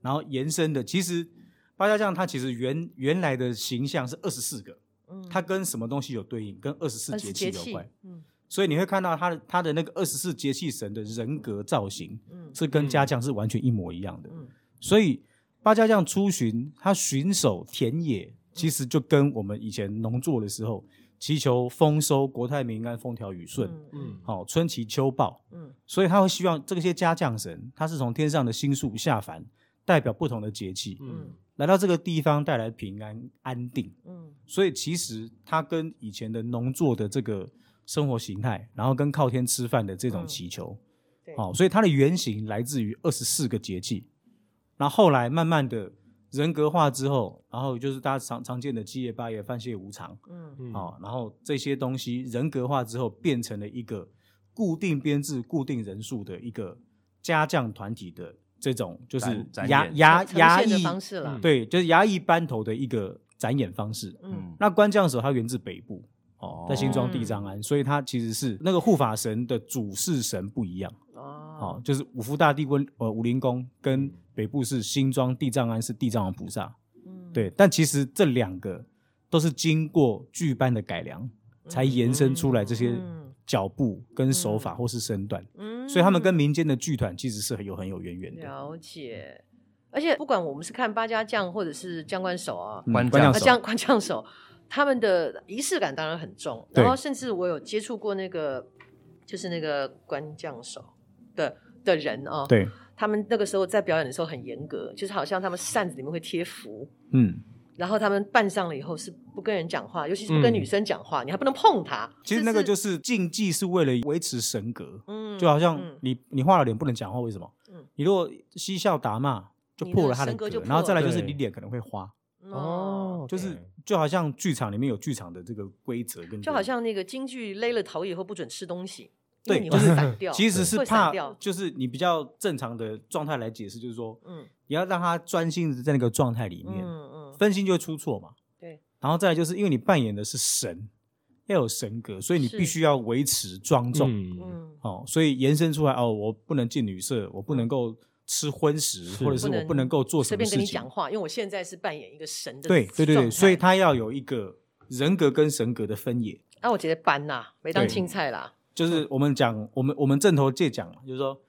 [SPEAKER 4] 然后延伸的，其实八家将它其实原原来的形象是二十四个，
[SPEAKER 1] 嗯
[SPEAKER 4] 它跟什么东西有对应？跟二十四
[SPEAKER 1] 二
[SPEAKER 4] 节
[SPEAKER 1] 十
[SPEAKER 4] 气
[SPEAKER 1] 节
[SPEAKER 4] 有
[SPEAKER 1] 气
[SPEAKER 4] 关。，
[SPEAKER 1] 嗯
[SPEAKER 4] 所以你会看到他的他的那个二十四节气神的人格造型
[SPEAKER 1] 嗯
[SPEAKER 4] 是跟家将是完全一模一样的。
[SPEAKER 1] 嗯
[SPEAKER 4] 所以八家将出巡，他巡守田野，其实就跟我们以前农作的时候祈求丰收、国泰民安、风调雨顺，
[SPEAKER 3] 嗯
[SPEAKER 4] 好、春祈秋报。
[SPEAKER 1] 嗯
[SPEAKER 4] 所以他会希望这些家将神，他是从天上的星宿下凡，代表不同的节气，
[SPEAKER 3] 嗯
[SPEAKER 1] 嗯
[SPEAKER 4] 来到这个地方带来平安安定。
[SPEAKER 1] 嗯
[SPEAKER 4] 所以其实它跟以前的农作的这个生活形态，然后跟靠天吃饭的这种祈求，
[SPEAKER 1] 嗯对，
[SPEAKER 4] 好、所以它的原型来自于二十四个节气，然后后来慢慢的人格化之后，然后就是大家常常见的七夜八夜、饭谢无常，
[SPEAKER 1] 嗯
[SPEAKER 3] 嗯
[SPEAKER 4] 好、然后这些东西人格化之后，变成了一个固定编制、固定人数的一个家将团体的这种，就是
[SPEAKER 2] 展展
[SPEAKER 4] 压
[SPEAKER 2] 演
[SPEAKER 4] 压
[SPEAKER 1] 呈
[SPEAKER 4] 压
[SPEAKER 1] 现的
[SPEAKER 4] 抑，
[SPEAKER 1] 方式了
[SPEAKER 3] 嗯，
[SPEAKER 4] 对，就是压抑班头的一个展演方式，
[SPEAKER 1] 嗯
[SPEAKER 4] 那关将手它源自北部，
[SPEAKER 2] 哦
[SPEAKER 4] 在新庄地藏庵，所以它其实是那个护法神的主事神不一样，
[SPEAKER 1] 哦
[SPEAKER 4] 哦，就是五福大帝跟呃武灵宫跟北部是新庄地藏庵是地藏王菩萨，
[SPEAKER 1] 嗯
[SPEAKER 4] 对，但其实这两个都是经过剧班的改良，才延伸出来这些
[SPEAKER 1] 嗯
[SPEAKER 4] 脚步跟手法
[SPEAKER 1] 嗯
[SPEAKER 4] 或是身段，
[SPEAKER 1] 嗯
[SPEAKER 4] 所以他们跟民间的剧团其实是很有很有渊源的。
[SPEAKER 1] 了解，而且不管我们是看八家将或者是将官手啊，
[SPEAKER 4] 嗯
[SPEAKER 2] 关
[SPEAKER 4] 关
[SPEAKER 2] 将
[SPEAKER 4] 将
[SPEAKER 1] 啊，
[SPEAKER 4] 手
[SPEAKER 1] 将关将手，他们的仪式感当然很重。
[SPEAKER 4] 对
[SPEAKER 1] 然后甚至我有接触过那个，就是那个关将手的的人哦，
[SPEAKER 4] 对，
[SPEAKER 1] 他们那个时候在表演的时候很严格，就是好像他们扇子里面会贴符，
[SPEAKER 4] 嗯，
[SPEAKER 1] 然后他们扮上了以后是不跟人讲话，尤其是不跟
[SPEAKER 3] 嗯
[SPEAKER 1] 女生讲话，你还不能碰她。
[SPEAKER 4] 其实
[SPEAKER 1] 这
[SPEAKER 4] 那个就是禁忌是为了维持神格，
[SPEAKER 1] 嗯
[SPEAKER 4] 就好像
[SPEAKER 1] 嗯
[SPEAKER 4] 你、你画了脸不能讲话，为什么？
[SPEAKER 1] 嗯
[SPEAKER 4] 你如果嬉笑打骂，就
[SPEAKER 1] 你
[SPEAKER 4] 破
[SPEAKER 1] 的
[SPEAKER 4] 了他的
[SPEAKER 1] 神格
[SPEAKER 4] 格，
[SPEAKER 1] 就
[SPEAKER 4] 然后
[SPEAKER 1] 破
[SPEAKER 4] 再来
[SPEAKER 3] 了
[SPEAKER 4] 就是
[SPEAKER 3] 对
[SPEAKER 4] 你脸可能会花，
[SPEAKER 3] 嗯
[SPEAKER 1] 哦，
[SPEAKER 4] 就是就好像剧场里面有剧场的这个规则跟
[SPEAKER 1] 就好
[SPEAKER 4] 人
[SPEAKER 1] 像那个京剧勒了头以后不准吃东西，因为
[SPEAKER 4] 对，
[SPEAKER 1] 你
[SPEAKER 4] 就
[SPEAKER 1] 会
[SPEAKER 4] 是
[SPEAKER 1] 散掉，
[SPEAKER 4] 其实是
[SPEAKER 1] 会
[SPEAKER 4] 怕
[SPEAKER 1] 散掉，
[SPEAKER 4] 就是你比较正常的状态来解释，就是说
[SPEAKER 1] 嗯
[SPEAKER 4] 你要让他专心在那个状态里
[SPEAKER 1] 嗯
[SPEAKER 4] 面，
[SPEAKER 1] 嗯，
[SPEAKER 4] 分心就会出错嘛。
[SPEAKER 1] 对，
[SPEAKER 4] 然后再来就是因为你扮演的是神，要有神格，所以你
[SPEAKER 1] 是
[SPEAKER 4] 必须要维持庄重。
[SPEAKER 3] 嗯
[SPEAKER 1] 嗯
[SPEAKER 4] 哦，所以延伸出来哦，我不能进女色，我不能够吃荤食，
[SPEAKER 3] 是
[SPEAKER 4] 或者是
[SPEAKER 1] 不
[SPEAKER 4] 我
[SPEAKER 1] 能
[SPEAKER 4] 不能够做什
[SPEAKER 1] 随
[SPEAKER 4] 么
[SPEAKER 1] 便
[SPEAKER 4] 事
[SPEAKER 1] 跟
[SPEAKER 4] 情。
[SPEAKER 1] 你讲话，因为我现在是扮演一个神的
[SPEAKER 4] 对对对
[SPEAKER 1] 状态
[SPEAKER 4] 对，所以他要有一个人格跟神格的分野，
[SPEAKER 1] 啊，我直接搬啦，没当
[SPEAKER 4] 对
[SPEAKER 1] 青菜啦，
[SPEAKER 4] 就是我们讲我们我们正头界讲嘛，就是说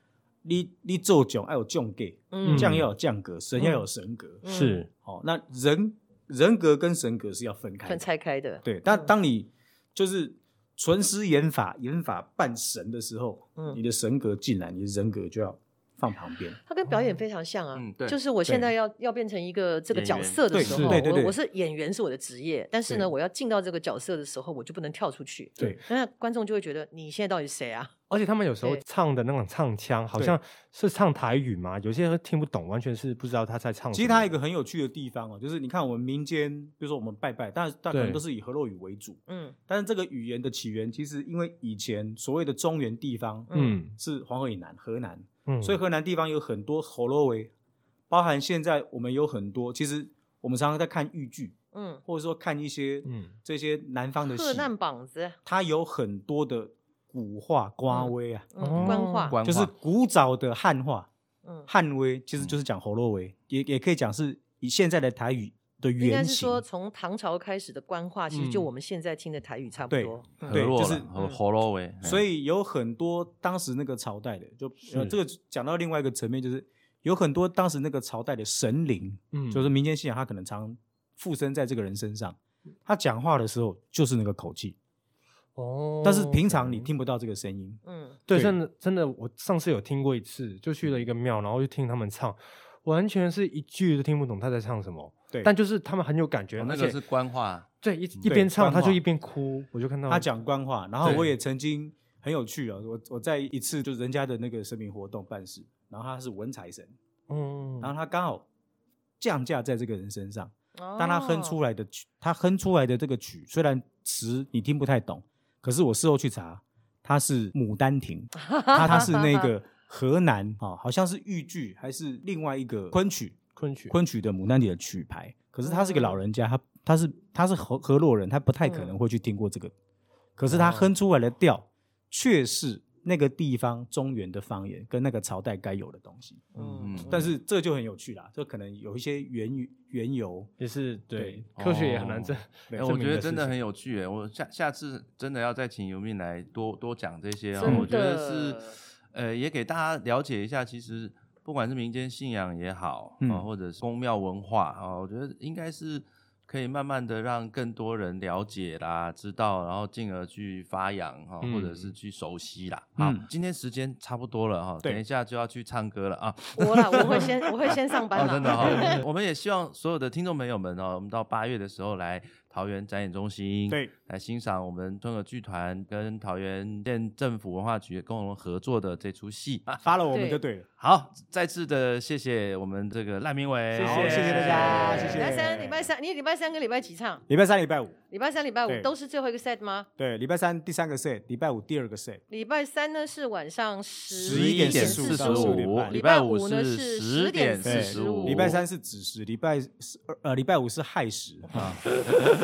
[SPEAKER 4] 你你做囧要有囧给，
[SPEAKER 1] 嗯
[SPEAKER 4] 将要有将格，神要有神格。
[SPEAKER 1] 嗯
[SPEAKER 3] 是
[SPEAKER 4] 哦，那人人格跟神格是要分开
[SPEAKER 1] 分
[SPEAKER 4] 的。
[SPEAKER 1] 拆开的，嗯
[SPEAKER 4] 对，但当你就是纯师演法，演法扮神的时候，
[SPEAKER 1] 嗯
[SPEAKER 4] 你的神格进来，你的人格就要放旁边。
[SPEAKER 1] 它跟表
[SPEAKER 4] 哦
[SPEAKER 1] 演非常像啊，
[SPEAKER 2] 嗯对
[SPEAKER 1] 就是我现在要要变成一个这个角色的
[SPEAKER 4] 演员
[SPEAKER 1] 时候，
[SPEAKER 4] 对是对对对
[SPEAKER 1] 我我是演员是我的职业，但是呢，
[SPEAKER 4] 对
[SPEAKER 1] 我要进到这个角色的时候，我就不能跳出去，
[SPEAKER 4] 对，
[SPEAKER 1] 那观众就会觉得你现在到底谁啊？
[SPEAKER 3] 而且他们有时候
[SPEAKER 1] 对
[SPEAKER 3] 唱的那种唱腔，好
[SPEAKER 4] 对
[SPEAKER 3] 像是唱台语嘛，有些人听不懂，完全是不知道他在唱什么。
[SPEAKER 4] 其实它有一个很有趣的地方哦，就是你看我们民间，比如说我们拜拜，但大可能
[SPEAKER 3] 对
[SPEAKER 4] 都是以河洛语为主，
[SPEAKER 1] 嗯
[SPEAKER 4] 但是这个语言的起源，其实因为以前所谓的中原地方
[SPEAKER 3] 嗯
[SPEAKER 4] 是黄河以南，河南，
[SPEAKER 3] 嗯，
[SPEAKER 4] 所以河南地方有很多河洛维，包含现在我们有很多，其实我们常常在看豫剧，
[SPEAKER 1] 嗯，
[SPEAKER 4] 或者说看一些
[SPEAKER 3] 嗯
[SPEAKER 4] 这些南方的戏
[SPEAKER 1] 贺，难膀子，
[SPEAKER 4] 它有很多的古话、瓜威啊，
[SPEAKER 1] 嗯，官话，
[SPEAKER 2] 官
[SPEAKER 4] 就是
[SPEAKER 2] 话
[SPEAKER 4] 古早的汉话，
[SPEAKER 1] 嗯，
[SPEAKER 4] 汉威其实就是讲喉洛维，也也可以讲是以现在的台语的
[SPEAKER 1] 应该
[SPEAKER 4] 原
[SPEAKER 1] 是
[SPEAKER 4] 型。
[SPEAKER 1] 说从唐朝开始的官话，其实就
[SPEAKER 3] 嗯
[SPEAKER 1] 我们现在听的台语差不
[SPEAKER 4] 对
[SPEAKER 1] 多，嗯
[SPEAKER 2] 河
[SPEAKER 4] 对
[SPEAKER 2] 洛
[SPEAKER 4] 就是
[SPEAKER 2] 了，河
[SPEAKER 1] 嗯
[SPEAKER 2] 河洛哎维，嘿
[SPEAKER 4] 所以有很多当时那个朝代的，就呃
[SPEAKER 3] 是
[SPEAKER 4] 这个讲到另外一个层面，就是有很多当时那个朝代的神灵，
[SPEAKER 3] 嗯
[SPEAKER 4] 就是民间信仰，他可能常附身在这个人身上。他讲话的时候就是那个口气，
[SPEAKER 3] 哦，
[SPEAKER 4] 但是平常你
[SPEAKER 3] OK
[SPEAKER 4] 听不到这个声音。
[SPEAKER 1] 嗯，
[SPEAKER 3] 对，
[SPEAKER 4] 对
[SPEAKER 3] 真的真的，我上次有听过一次，就去了一个庙，然后就听他们唱，完全是一句都听不懂他在唱什么，
[SPEAKER 4] 对，
[SPEAKER 3] 但就是他们很有感觉，
[SPEAKER 2] 哦
[SPEAKER 3] 而
[SPEAKER 2] 那个
[SPEAKER 3] 且
[SPEAKER 2] 是官话，
[SPEAKER 3] 对一一
[SPEAKER 4] 嗯对
[SPEAKER 3] 边唱
[SPEAKER 4] 官
[SPEAKER 3] 他就
[SPEAKER 4] 话
[SPEAKER 3] 一边哭，我就看到
[SPEAKER 4] 他讲官话，然后
[SPEAKER 2] 对
[SPEAKER 4] 我也曾经很有趣啊，我我在一次就是人家的那个神明活动办事，然后他是文财神，
[SPEAKER 3] 嗯，
[SPEAKER 4] 然后他刚好降价在这个人身上，
[SPEAKER 1] 当
[SPEAKER 4] 但他哼
[SPEAKER 1] 哦
[SPEAKER 3] 哦
[SPEAKER 4] 出来的曲，他哼出来的这个曲虽然词你听不太懂，可是我事后去查，他是《牡丹亭》
[SPEAKER 1] 来，
[SPEAKER 4] 他他是那 个河南啊、哦好像是豫剧还是另外一个昆曲，
[SPEAKER 3] 昆曲
[SPEAKER 4] 昆曲的《牡丹亭》的曲牌，可是他是个老
[SPEAKER 1] 嗯
[SPEAKER 4] 人家，他他是他是河河洛人，他不太可
[SPEAKER 3] 嗯
[SPEAKER 4] 能会去听过这个，可是他哼出来的
[SPEAKER 3] 哦
[SPEAKER 4] 调却是那个地方中原的方言跟那个朝代该有的东西，
[SPEAKER 1] 嗯，
[SPEAKER 2] 嗯
[SPEAKER 4] 但是这就很有趣啦，这可能有一些缘缘由，
[SPEAKER 3] 也是对
[SPEAKER 4] 对
[SPEAKER 3] 科学也很
[SPEAKER 2] 哦
[SPEAKER 3] 难证，
[SPEAKER 4] 对
[SPEAKER 2] 哎我
[SPEAKER 3] 证明
[SPEAKER 2] 觉得
[SPEAKER 3] 的
[SPEAKER 2] 真
[SPEAKER 3] 事
[SPEAKER 2] 的
[SPEAKER 3] 情
[SPEAKER 2] 很有趣哎，我下下次真的要再请尤敏来多多讲这些啊，
[SPEAKER 1] 真
[SPEAKER 2] 我觉得
[SPEAKER 1] 的
[SPEAKER 2] 是，呃，也给大家了解一下，其实不管是民间信仰也好，啊、
[SPEAKER 4] 嗯
[SPEAKER 2] 或者是宫庙文化啊、我觉得应该是可以慢慢的让更多人了解啦、知道，然后进而去发扬哈、
[SPEAKER 3] 嗯
[SPEAKER 2] 或者是去熟悉啦。好，
[SPEAKER 4] 嗯
[SPEAKER 2] 今天时间差不多了哈、
[SPEAKER 4] 对
[SPEAKER 2] 等一下就要去唱歌了啊。
[SPEAKER 1] 我啦，我会先我会先上班
[SPEAKER 2] 哦，
[SPEAKER 1] 啦，
[SPEAKER 2] 真的 哈、我们也希望所有的听众朋友们哦，我们到八月的时候来桃园展演中心，
[SPEAKER 4] 对，
[SPEAKER 2] 来欣赏我们春和剧团跟桃园县政府文化局共同合作的这出戏。啊
[SPEAKER 4] 发了我们
[SPEAKER 1] 对
[SPEAKER 4] 就对了。
[SPEAKER 2] 好，再次的谢谢我们这个赖明伟，
[SPEAKER 3] 谢谢
[SPEAKER 2] 好
[SPEAKER 4] 好，谢谢大家，谢谢。
[SPEAKER 1] 礼拜三、哎礼拜，三，你礼拜三跟礼拜几唱？
[SPEAKER 4] 礼拜三、礼拜五，
[SPEAKER 1] 礼拜三、礼拜五
[SPEAKER 4] 对
[SPEAKER 1] 都是最后一个 set 吗？
[SPEAKER 4] 对，礼拜三第三个 set，礼拜五第二个 set，
[SPEAKER 1] 礼拜三呢是晚上十
[SPEAKER 4] 11点
[SPEAKER 1] 点
[SPEAKER 2] 四
[SPEAKER 4] 45
[SPEAKER 2] 十
[SPEAKER 1] 五，
[SPEAKER 2] 五，
[SPEAKER 1] 礼
[SPEAKER 2] 礼
[SPEAKER 1] 拜
[SPEAKER 2] 拜
[SPEAKER 1] 五呢
[SPEAKER 2] 是
[SPEAKER 1] 是
[SPEAKER 2] 十点四十
[SPEAKER 1] 10:45
[SPEAKER 2] 五，
[SPEAKER 4] 礼拜三是子时，礼拜四呃礼拜五是亥时，
[SPEAKER 2] 哦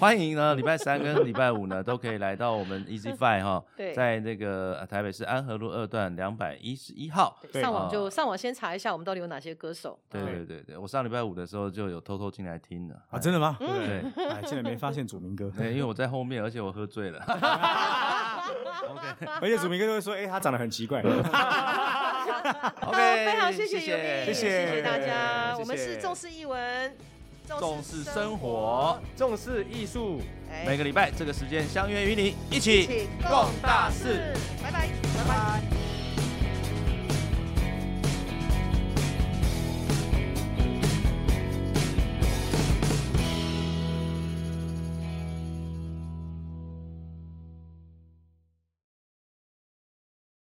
[SPEAKER 2] 欢迎呢，礼拜三跟礼拜五呢都可以来到我们 Easy Five 哈
[SPEAKER 1] 对，
[SPEAKER 2] 在那个呃台北市安和路二段两百一十一号。
[SPEAKER 1] 对
[SPEAKER 4] 对
[SPEAKER 1] 上网
[SPEAKER 2] 啊
[SPEAKER 1] 就上网先查一下我们到底有哪些歌手。
[SPEAKER 2] 对
[SPEAKER 1] 嗯
[SPEAKER 2] 对对对，我上礼拜五的时候就有偷偷进来听了
[SPEAKER 4] 啊，真的吗？
[SPEAKER 2] 对，
[SPEAKER 4] 哎，竟然没发现祖明哥，
[SPEAKER 2] 对因为我在后面，而且我喝醉了。
[SPEAKER 4] 而且祖明哥都会说，哎，他长得很奇 怪。
[SPEAKER 1] 好
[SPEAKER 2] OK，
[SPEAKER 1] 非常谢
[SPEAKER 2] 谢谢
[SPEAKER 1] 尤米，谢
[SPEAKER 2] 谢
[SPEAKER 4] 谢
[SPEAKER 1] 谢大
[SPEAKER 2] 谢
[SPEAKER 1] 家，
[SPEAKER 2] 谢
[SPEAKER 1] 我们是重视译文，
[SPEAKER 2] 重视生活，
[SPEAKER 3] 重视艺术。
[SPEAKER 1] 哎
[SPEAKER 2] 每个礼拜这个时间相约与你一起
[SPEAKER 1] 一起
[SPEAKER 2] 共大事。，
[SPEAKER 1] 拜拜，拜拜。